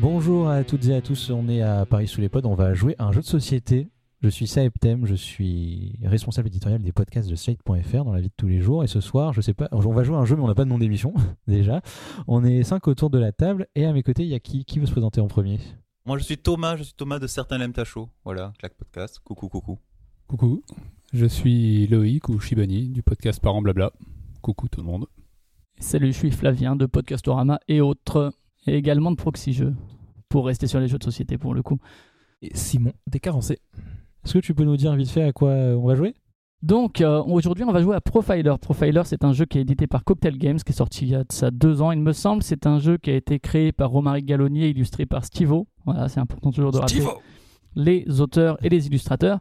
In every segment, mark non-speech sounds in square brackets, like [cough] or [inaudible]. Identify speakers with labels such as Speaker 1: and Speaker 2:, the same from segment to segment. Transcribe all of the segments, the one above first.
Speaker 1: Bonjour à toutes et à tous, on est à Paris sous les pods, on va jouer à un jeu de société. Je suis Saeptem, je suis responsable éditorial des podcasts de Slate.fr dans la vie de tous les jours. Et ce soir, je sais pas, on va jouer à un jeu, mais on n'a pas de nom d'émission [laughs] déjà. On est cinq autour de la table et à mes côtés, il y a qui Qui veut se présenter en premier
Speaker 2: Moi, je suis Thomas, je suis Thomas de certains l'aiment à chaud. Voilà, claque podcast. Coucou, coucou.
Speaker 3: Coucou, je suis Loïc ou Shibani du podcast Parents Blabla. Coucou tout le monde.
Speaker 4: Salut, je suis Flavien de Podcastorama et autres, et également de Proxy Jeux, pour rester sur les jeux de société pour le coup.
Speaker 5: et Simon Descarencé.
Speaker 1: Est-ce que tu peux nous dire vite fait à quoi on va jouer
Speaker 4: Donc euh, aujourd'hui, on va jouer à Profiler. Profiler, c'est un jeu qui est édité par Cocktail Games, qui est sorti il y a de ça deux ans, il me semble. C'est un jeu qui a été créé par Romaric Gallonnier, illustré par Stivo. Voilà, c'est important toujours de rappeler les auteurs et les illustrateurs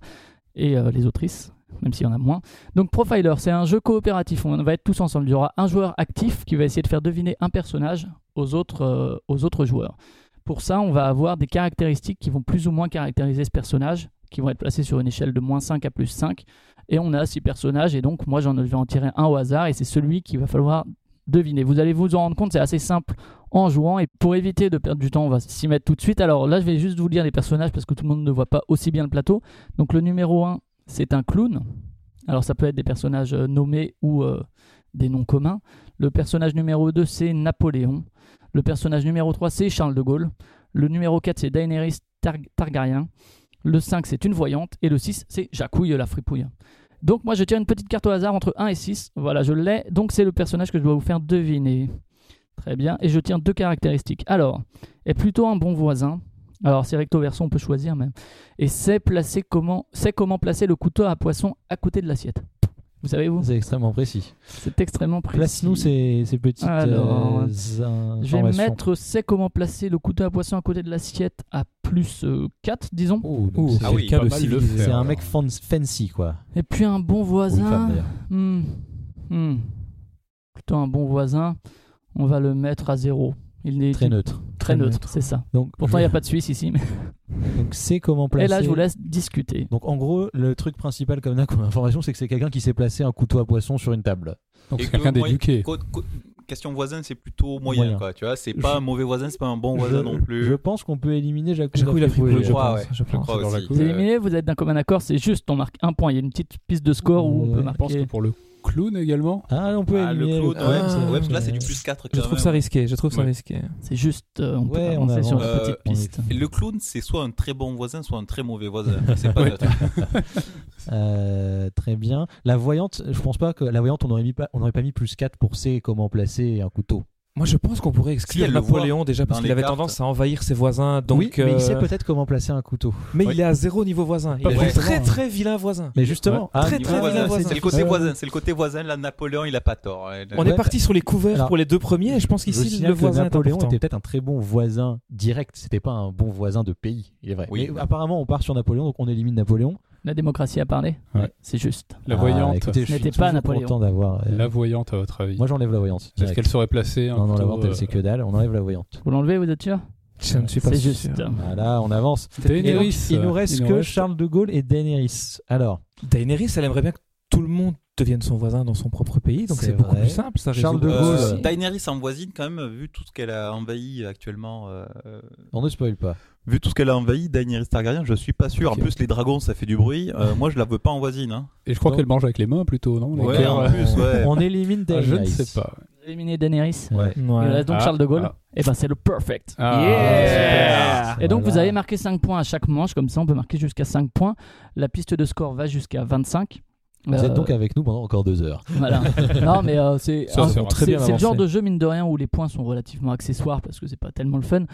Speaker 4: et euh, les autrices, même s'il y en a moins. Donc Profiler, c'est un jeu coopératif. On va être tous ensemble. Il y aura un joueur actif qui va essayer de faire deviner un personnage aux autres, euh, aux autres joueurs. Pour ça, on va avoir des caractéristiques qui vont plus ou moins caractériser ce personnage, qui vont être placées sur une échelle de moins 5 à plus 5. Et on a six personnages, et donc moi j'en vais en tirer un au hasard, et c'est celui qu'il va falloir deviner. Vous allez vous en rendre compte, c'est assez simple en jouant, et pour éviter de perdre du temps, on va s'y mettre tout de suite. Alors là, je vais juste vous lire les personnages parce que tout le monde ne voit pas aussi bien le plateau. Donc le numéro 1, c'est un clown. Alors ça peut être des personnages euh, nommés ou euh, des noms communs. Le personnage numéro 2, c'est Napoléon. Le personnage numéro 3, c'est Charles de Gaulle. Le numéro 4, c'est Daenerys Tar- Targaryen. Le 5, c'est une voyante. Et le 6, c'est Jacouille la fripouille. Donc moi, je tire une petite carte au hasard entre 1 et 6. Voilà, je l'ai. Donc c'est le personnage que je dois vous faire deviner. Très bien. Et je tiens deux caractéristiques. Alors, est plutôt un bon voisin. Alors c'est recto verso, on peut choisir même. Et c'est placer comment, c'est comment placer le couteau à poisson à côté de l'assiette. Vous savez vous,
Speaker 1: C'est extrêmement précis.
Speaker 4: c'est extrêmement précis.
Speaker 1: Place-nous ces, ces petites
Speaker 4: Alors,
Speaker 1: euh,
Speaker 4: Je vais
Speaker 1: informations.
Speaker 4: mettre c'est comment placer le couteau à poisson à côté de l'assiette à plus euh, 4, disons.
Speaker 1: Oh, donc
Speaker 5: Ouh,
Speaker 1: c'est-
Speaker 2: ah oui,
Speaker 5: cas
Speaker 3: pas
Speaker 5: de
Speaker 3: mal de
Speaker 5: Sylvie.
Speaker 3: faire.
Speaker 1: c'est un mec fan- fancy quoi.
Speaker 4: Et puis un bon
Speaker 1: Ou une femme
Speaker 4: voisin.
Speaker 1: d'ailleurs.
Speaker 4: Hmm. Hmm. Plutôt un bon voisin. On va le mettre à zéro. Il est
Speaker 1: Très neutre.
Speaker 4: très
Speaker 1: Très
Speaker 4: neutre, c'est ça.
Speaker 1: Donc,
Speaker 4: Pourtant, il
Speaker 1: je-
Speaker 4: n'y a pas de Suisse
Speaker 1: [laughs]
Speaker 4: ici. mais-
Speaker 1: donc c'est comment placer. Euh.
Speaker 4: Et là, je vous laisse discuter.
Speaker 1: Donc en gros, le truc principal comme, là, comme information, c'est que c'est quelqu'un qui s'est placé un couteau à poisson sur une table.
Speaker 3: Donc
Speaker 2: Et
Speaker 3: c'est quelqu'un
Speaker 2: que moi-
Speaker 3: d'éduqué.
Speaker 2: co- co- question voisin, c'est plutôt moyen,
Speaker 1: Moyen.
Speaker 2: quoi. Tu vois, c'est pas
Speaker 1: Je-
Speaker 2: un mauvais voisin, c'est pas un bon voisin
Speaker 1: je,
Speaker 2: non plus.
Speaker 1: je pense qu'on peut éliminer Jacques
Speaker 5: J'ai cru la
Speaker 1: Lafripouille,
Speaker 5: fripouille, je
Speaker 2: crois,
Speaker 5: pense.
Speaker 2: ouais.
Speaker 5: Je pense.
Speaker 2: crois
Speaker 3: dans la
Speaker 2: aussi.
Speaker 3: coupe.
Speaker 4: Vous
Speaker 3: Ouais.
Speaker 4: êtes éliminés, vous êtes d'un commun accord, c'est juste, on marque un point. Il y a une petite piste de score où on peut
Speaker 1: Ouais.
Speaker 3: Je pense
Speaker 4: marquer.
Speaker 3: que pour le clown également.
Speaker 1: Ah, on peut
Speaker 2: Ah, le
Speaker 1: éliminer
Speaker 2: clown,
Speaker 5: Ah,
Speaker 2: ouais, parce que-
Speaker 5: ouais,
Speaker 2: ouais, parce que là, c'est du plus 4 quand
Speaker 5: Je trouve
Speaker 2: même.
Speaker 5: ça risqué, je trouve ça
Speaker 2: Ouais.
Speaker 5: risqué.
Speaker 4: C'est juste, euh, on
Speaker 1: Ouais,
Speaker 4: peut
Speaker 1: on
Speaker 4: avancer sur une
Speaker 2: avance.
Speaker 4: petite
Speaker 2: Euh,
Speaker 4: piste.
Speaker 2: Et le clown, c'est soit un très bon voisin, soit un très mauvais voisin. C'est pas neutre.
Speaker 1: Euh, très bien. La voyante, je pense pas que la voyante, on n'aurait mis pas, on n'aurait pas mis plus 4 pour C comment placer un couteau.
Speaker 5: Moi, je pense qu'on pourrait exclure
Speaker 2: elle le
Speaker 5: Napoléon déjà parce
Speaker 2: dans
Speaker 5: qu'il
Speaker 2: les
Speaker 5: avait
Speaker 2: cartes.
Speaker 5: tendance à envahir ses voisins. Donc,
Speaker 1: oui, mais
Speaker 5: euh,
Speaker 1: il sait peut-être comment placer un couteau.
Speaker 5: mais
Speaker 2: Ouais.
Speaker 5: il est à zéro niveau voisin. Il
Speaker 1: Pas
Speaker 5: est un
Speaker 1: forcément,
Speaker 5: très
Speaker 1: hein.
Speaker 5: très vilain voisin.
Speaker 1: Mais justement, ah,
Speaker 5: Très,
Speaker 1: il-
Speaker 5: très
Speaker 1: ah, c'est
Speaker 5: vilain voisin.
Speaker 2: C'est le
Speaker 1: difficile.
Speaker 2: côté
Speaker 1: Ouais,
Speaker 2: voisin. C'est le côté voisin. Là, Napoléon, il a pas tort. hein.
Speaker 5: On est parti sur les couverts
Speaker 1: Alors,
Speaker 5: pour les deux premiers et je pense
Speaker 1: Je
Speaker 5: qu'ici
Speaker 1: signale
Speaker 5: le
Speaker 1: que
Speaker 5: voisin est
Speaker 1: Napoléon
Speaker 5: important.
Speaker 1: était peut-être un très bon voisin direct. C'était pas un bon voisin de pays. Il est vrai.
Speaker 2: Oui.
Speaker 1: Mais apparemment, on part sur Napoléon, donc on élimine Napoléon.
Speaker 4: La démocratie a parlé
Speaker 3: Ouais.
Speaker 4: C'est juste.
Speaker 3: La
Speaker 1: Ah,
Speaker 3: voyante.
Speaker 1: écoutez, je
Speaker 4: Ce
Speaker 1: suis
Speaker 4: n'était pas
Speaker 1: toujours
Speaker 4: Napoléon.
Speaker 1: content d'avoir. euh,
Speaker 3: La voyante à votre avis.
Speaker 1: Moi, j'enlève la voyante.
Speaker 3: Est-ce
Speaker 1: direct.
Speaker 3: qu'elle saurait placer un
Speaker 1: Non, non, la
Speaker 3: couteau,
Speaker 1: voyante, elle
Speaker 3: euh,
Speaker 1: sait que dalle. On enlève la voyante.
Speaker 4: Vous l'enlevez, vous êtes sûr
Speaker 5: Je ne suis pas
Speaker 4: C'est
Speaker 5: sûr.
Speaker 4: juste.
Speaker 1: Voilà, on avance. Et donc,
Speaker 3: Daenerys,
Speaker 1: il nous
Speaker 3: euh,
Speaker 1: reste que Charles de Gaulle et Daenerys. Alors,
Speaker 5: Daenerys, elle aimerait bien que tout le monde devienne son voisin dans son propre pays, donc
Speaker 1: C'est
Speaker 5: c'est beaucoup
Speaker 1: vrai.
Speaker 5: plus simple. Ça
Speaker 1: Charles
Speaker 5: résout
Speaker 1: de
Speaker 5: beaucoup
Speaker 1: Gaulle.
Speaker 2: Euh,
Speaker 5: soucis.
Speaker 2: Daenerys en voisine quand même vu tout ce qu'elle a envahi actuellement euh, euh,
Speaker 1: on ne spoil pas.
Speaker 2: vu tout ce qu'elle a envahi Daenerys Targaryen je suis pas sûr
Speaker 5: Ok.
Speaker 2: en plus les dragons ça fait du bruit Euh, moi je la veux pas en voisine hein.
Speaker 3: Et je crois
Speaker 1: Non.
Speaker 3: qu'elle mange avec les mains plutôt, non Les
Speaker 2: Ouais,
Speaker 3: cœurs,
Speaker 2: en
Speaker 3: euh,
Speaker 2: plus, ouais.
Speaker 1: On élimine
Speaker 3: ah,
Speaker 1: Daenerys.
Speaker 3: Je ne sais pas.
Speaker 4: Éliminer Daenerys.
Speaker 1: Ouais.
Speaker 4: Il
Speaker 5: Ouais.
Speaker 4: reste donc
Speaker 3: Ah,
Speaker 4: Charles de Gaulle.
Speaker 3: ah.
Speaker 4: Et ben c'est le perfect.
Speaker 3: Ah,
Speaker 4: Yeah Et donc
Speaker 1: Ah, Voilà.
Speaker 4: vous avez marqué 5 points à chaque manche, comme ça on peut marquer jusqu'à 5 points. La piste de score va jusqu'à 25.
Speaker 1: Vous
Speaker 4: Euh,
Speaker 1: êtes donc avec nous pendant encore deux heures.
Speaker 3: [laughs]
Speaker 4: voilà.
Speaker 1: [laughs]
Speaker 4: [laughs] Non mais euh, c'est
Speaker 3: Ça,
Speaker 4: un-
Speaker 3: c'est
Speaker 5: très
Speaker 4: c'est-
Speaker 5: bien
Speaker 4: c'est le genre
Speaker 5: avancé.
Speaker 4: de jeu mine de rien où les points sont relativement accessoires parce que c'est pas tellement le fun.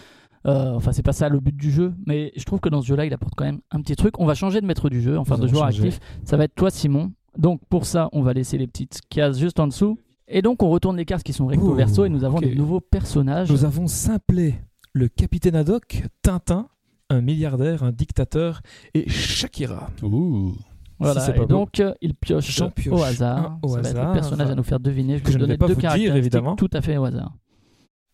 Speaker 4: Euh, enfin c'est pas ça le but du jeu, mais je trouve que dans ce jeu-là il apporte quand même un petit truc. On va changer de maître du jeu, enfin
Speaker 5: Nous
Speaker 4: de
Speaker 5: allons
Speaker 4: joueur
Speaker 5: changer.
Speaker 4: actif. Ça va être toi Simon. Donc pour ça on va laisser les petites cases juste en dessous. Et donc, on retourne les cartes qui sont recto
Speaker 5: Ouh,
Speaker 4: verso et nous avons
Speaker 5: ok.
Speaker 4: des nouveaux personnages.
Speaker 5: Nous avons simplé le capitaine Haddock, Tintin, un milliardaire, un dictateur et Shakira.
Speaker 3: Ouh.
Speaker 4: Voilà.
Speaker 5: c'est pas
Speaker 4: et
Speaker 5: beau.
Speaker 4: donc, euh, il pioche,
Speaker 5: J'en pioche
Speaker 4: au hasard.
Speaker 5: un au
Speaker 4: Ça va être le
Speaker 5: hasard.
Speaker 4: personnage à nous faire deviner. Je
Speaker 5: Que
Speaker 4: vais
Speaker 5: je
Speaker 4: vous
Speaker 5: ne
Speaker 4: donner
Speaker 5: vais pas
Speaker 4: deux
Speaker 5: vous dire,
Speaker 4: caractéristiques
Speaker 5: évidemment.
Speaker 4: tout à fait au hasard.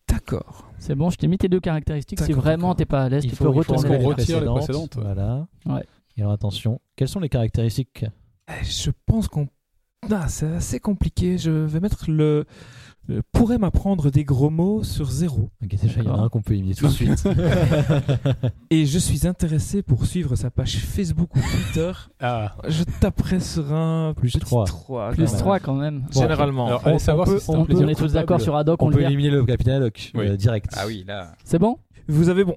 Speaker 5: D'accord.
Speaker 4: C'est bon, je t'ai mis tes deux caractéristiques. Si
Speaker 5: D'accord,
Speaker 4: vraiment
Speaker 5: d'accord.
Speaker 4: t'es pas à l'aise,
Speaker 1: Il
Speaker 4: tu
Speaker 1: faut
Speaker 4: peux
Speaker 1: il faut
Speaker 4: retourner.
Speaker 3: qu'on
Speaker 1: enlever
Speaker 4: les
Speaker 3: retire les
Speaker 1: précédentes.
Speaker 3: précédentes, ouais.
Speaker 1: Voilà.
Speaker 4: Ouais.
Speaker 1: Et alors attention, quelles sont les caractéristiques
Speaker 5: Eh, Je pense qu'on. Ah, c'est assez compliqué. Je vais mettre le. le pourrait m'apprendre des gros mots sur zéro.
Speaker 1: Ok, déjà, il y en a
Speaker 4: D'accord.
Speaker 1: un qu'on peut éliminer tout de
Speaker 4: [laughs]
Speaker 1: suite.
Speaker 2: [laughs]
Speaker 5: Et je suis intéressé pour suivre sa page Facebook ou Twitter.
Speaker 3: Ah.
Speaker 5: je taperai sur un
Speaker 1: Plus
Speaker 5: petit
Speaker 1: trois.
Speaker 4: Plus
Speaker 5: quand même.
Speaker 4: 3 quand même.
Speaker 1: Bon,
Speaker 5: Généralement.
Speaker 3: Alors, allez savoir
Speaker 1: peut-
Speaker 3: si c'est
Speaker 1: on
Speaker 3: un
Speaker 1: peut-
Speaker 3: plaisir
Speaker 4: on est tous
Speaker 3: coupable.
Speaker 4: d'accord sur Haddock, on,
Speaker 1: on
Speaker 4: le
Speaker 1: peut
Speaker 4: vient.
Speaker 1: éliminer le capitaine Haddock
Speaker 2: Oui.
Speaker 1: euh, direct.
Speaker 2: Ah oui, là.
Speaker 4: C'est bon
Speaker 5: Vous avez bon.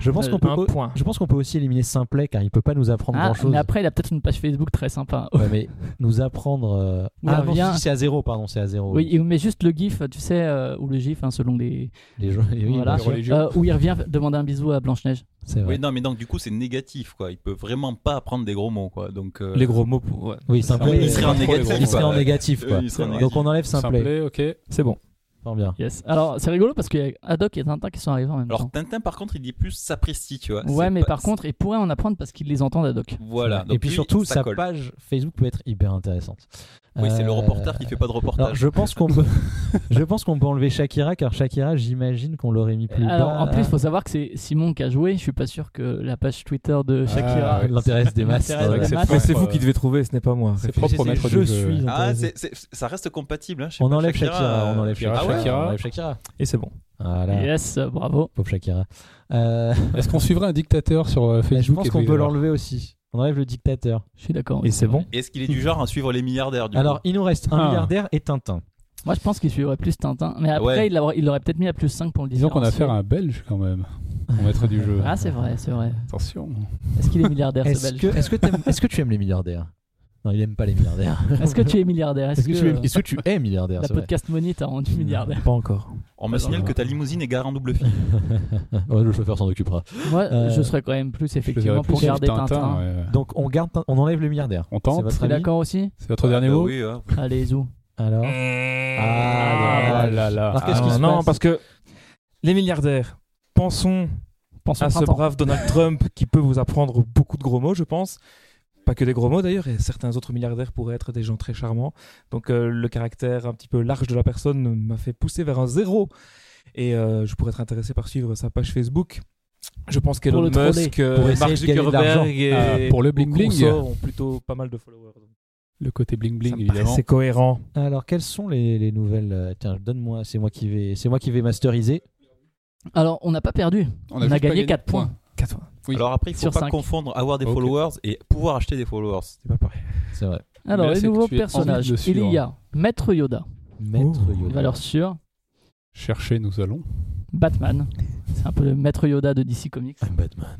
Speaker 1: Je pense
Speaker 4: Euh,
Speaker 1: qu'on peut.
Speaker 5: un point.
Speaker 1: Je pense qu'on peut aussi éliminer Simplet car il peut pas nous apprendre
Speaker 4: Ah,
Speaker 1: grand chose. Oh,
Speaker 4: mais après, il a peut-être une page Facebook très sympa.
Speaker 1: Ouais, mais nous
Speaker 4: [laughs]
Speaker 1: apprendre. euh,
Speaker 4: Ou
Speaker 1: Ah
Speaker 4: alors
Speaker 1: non,
Speaker 4: via-
Speaker 1: si, c'est à zéro, pardon, c'est à zéro.
Speaker 4: Oui, il met juste le GIF, tu sais, euh, ou le GIF, hein, selon les.
Speaker 1: Les gens, Eh oui,
Speaker 4: Voilà.
Speaker 1: bien sûr,
Speaker 3: religieux.
Speaker 4: Euh, où il revient demander un bisou à Blanche-Neige.
Speaker 1: c'est vrai.
Speaker 2: Oui, non, mais donc du coup, c'est négatif, quoi. Il peut vraiment pas apprendre des gros mots, quoi. Donc, euh,
Speaker 5: Les gros mots pour. ouais.
Speaker 1: Oui, Simplet.
Speaker 3: Il
Speaker 1: euh,
Speaker 2: Ah, il serait en
Speaker 3: Trop les gros
Speaker 2: négatif.
Speaker 1: il serait en
Speaker 2: quoi.
Speaker 1: négatif,
Speaker 2: Euh,
Speaker 1: quoi.
Speaker 2: il serait en
Speaker 1: Donc
Speaker 2: négatif.
Speaker 1: on enlève Simplet.
Speaker 3: Simplet, ok.
Speaker 5: C'est bon.
Speaker 1: Fort bien.
Speaker 4: Yes. Alors, c'est rigolo parce que Haddock et Tintin qui sont arrivés en même
Speaker 2: Alors
Speaker 4: temps.
Speaker 2: Tintin, par contre, il dit plus sapristi, tu vois.
Speaker 4: Ouais,
Speaker 2: C'est
Speaker 4: mais
Speaker 2: pas-
Speaker 4: par contre, ils pourraient en apprendre parce qu'ils les entendent, Haddock.
Speaker 2: Voilà.
Speaker 1: Et
Speaker 2: Donc,
Speaker 1: puis
Speaker 2: lui,
Speaker 1: surtout,
Speaker 2: ça
Speaker 1: sa
Speaker 2: colle.
Speaker 1: page Facebook peut être hyper intéressante.
Speaker 2: Oui, c'est le
Speaker 1: Euh,
Speaker 2: reporter qui fait pas de
Speaker 1: Alors,
Speaker 2: reportage.
Speaker 1: je pense qu'on peut, je pense qu'on peut enlever Shakira, car Shakira, j'imagine qu'on l'aurait mis plus
Speaker 4: Alors,
Speaker 1: bas.
Speaker 4: en plus, il faut savoir que c'est Simon qui a joué. Je suis pas sûr que la page Twitter de Shakira.
Speaker 3: Ah, ouais.
Speaker 1: l'intéresse des masses.
Speaker 4: L'intéresse
Speaker 1: voilà.
Speaker 4: des masses.
Speaker 3: Ouais,
Speaker 5: Mais c'est
Speaker 3: ouais.
Speaker 5: vous qui devez trouver, ce n'est pas moi.
Speaker 3: C'est
Speaker 5: Réfléchissez.
Speaker 3: propre au maître
Speaker 5: Je
Speaker 3: du jeu.
Speaker 5: suis.
Speaker 2: Ah,
Speaker 5: intéressé.
Speaker 2: c'est- c'est- ça reste compatible. Hein, je sais
Speaker 1: On
Speaker 2: pas,
Speaker 1: enlève Shakira,
Speaker 2: euh,
Speaker 1: on enlève
Speaker 3: Shakira,
Speaker 1: Shakira,
Speaker 3: Shakira.
Speaker 1: on enlève Shakira.
Speaker 5: Et c'est bon.
Speaker 1: Voilà,
Speaker 4: Yes, euh, bravo.
Speaker 1: pauvre Shakira. Euh,
Speaker 3: Est-ce qu'on suivrait un dictateur sur euh, Facebook
Speaker 1: je pense
Speaker 3: et
Speaker 1: qu'on
Speaker 3: puis,
Speaker 1: peut
Speaker 3: euh,
Speaker 1: l'enlever aussi. On enlève le dictateur.
Speaker 4: Je suis d'accord.
Speaker 5: Et c'est bon.
Speaker 4: vrai.
Speaker 2: Est-ce qu'il est du genre à suivre les milliardaires du
Speaker 1: Alors,
Speaker 2: coup
Speaker 1: il nous reste un
Speaker 3: Ah.
Speaker 1: milliardaire et Tintin.
Speaker 4: Moi, je pense qu'il suivrait plus Tintin. Mais après,
Speaker 2: Ouais.
Speaker 4: il l'aurait il l'aurait peut-être mis à plus 5 pour le
Speaker 3: Disons qu'on a
Speaker 4: différencier.
Speaker 3: affaire à un Belge quand même, en maître du jeu.
Speaker 4: Ah, c'est vrai, c'est vrai.
Speaker 3: Attention.
Speaker 4: Est-ce qu'il est milliardaire, ce
Speaker 1: Est-ce
Speaker 4: belge
Speaker 1: que, est-ce que, t'aimes- est-ce que tu aimes les milliardaires Non, il aime pas les milliardaires.
Speaker 4: [laughs] Est-ce que tu es milliardaire
Speaker 1: [laughs]
Speaker 4: Est-ce
Speaker 1: Est-ce que, tu
Speaker 4: euh,
Speaker 1: es- est-ce que tu es milliardaire
Speaker 4: la
Speaker 1: c'est vrai
Speaker 4: podcast Money t'a rendu milliardaire
Speaker 5: Pas encore.
Speaker 2: On me signale que ta limousine est garée en double fil.
Speaker 1: Ouais, Le chauffeur s'en occupera.
Speaker 4: Moi,
Speaker 1: Euh,
Speaker 4: je serais quand même plus effectivement
Speaker 3: pour
Speaker 4: pour garder Tintin.
Speaker 1: Donc, on, garde, Tin- on enlève le milliardaire.
Speaker 3: On tente.
Speaker 1: C'est votre
Speaker 4: T'es
Speaker 1: avis
Speaker 4: d'accord aussi
Speaker 3: C'est votre dernier
Speaker 2: Ah,
Speaker 3: mot
Speaker 2: Oui, hein.
Speaker 4: Allez, zou.
Speaker 1: Alors
Speaker 5: bah,
Speaker 3: Ah là là.
Speaker 1: Alors, qu'est-ce qui se
Speaker 5: non,
Speaker 1: passe
Speaker 5: parce que les milliardaires, pensons
Speaker 4: Pense au
Speaker 5: à Ah, ce
Speaker 4: printemps.
Speaker 5: brave Donald Trump qui peut vous apprendre beaucoup de gros mots, je pense. Pas que des gros mots d'ailleurs, et certains autres milliardaires pourraient être des gens très charmants. Donc euh, le caractère un petit peu large de la personne m'a fait pousser vers un zéro. Et euh, je pourrais être intéressé par suivre sa page Facebook. Je pense qu'Elon
Speaker 4: le troller,
Speaker 5: Musk, euh,
Speaker 1: pour essayer
Speaker 5: Mark
Speaker 1: de gagner de l'argent.
Speaker 5: Zuckerberg et
Speaker 3: Ah, pour le bling
Speaker 5: ou
Speaker 3: bling.
Speaker 5: consorts ont plutôt pas mal de followers.
Speaker 3: Le côté bling
Speaker 5: Ça
Speaker 3: bling,
Speaker 5: me
Speaker 3: évidemment.
Speaker 5: paraissait cohérent.
Speaker 1: Alors, quelles sont les, les nouvelles euh, Tiens, donne-moi, c'est moi qui vais, c'est moi qui vais masteriser.
Speaker 4: Alors, on n'a pas perdu. On a,
Speaker 3: juste pas
Speaker 4: gagné 4
Speaker 3: de
Speaker 4: points.
Speaker 5: Quatre fois.
Speaker 3: Oui.
Speaker 2: Alors après, il faut
Speaker 4: Sur
Speaker 2: pas
Speaker 4: cinq.
Speaker 2: confondre avoir des
Speaker 3: Ok.
Speaker 2: followers et pouvoir acheter des followers.
Speaker 5: C'est pas pareil.
Speaker 1: C'est vrai.
Speaker 4: Alors,
Speaker 3: là,
Speaker 4: les
Speaker 3: c'est que
Speaker 4: nouveaux
Speaker 3: tu es
Speaker 4: personnages.
Speaker 3: envie de suivre.
Speaker 4: Il y a Maître Yoda,
Speaker 1: Maître
Speaker 5: Oh.
Speaker 1: Yoda.
Speaker 4: valeur sûre.
Speaker 3: Chercher, nous allons.
Speaker 4: Batman, c'est un peu le Maître Yoda de DC Comics.
Speaker 1: I'm Batman.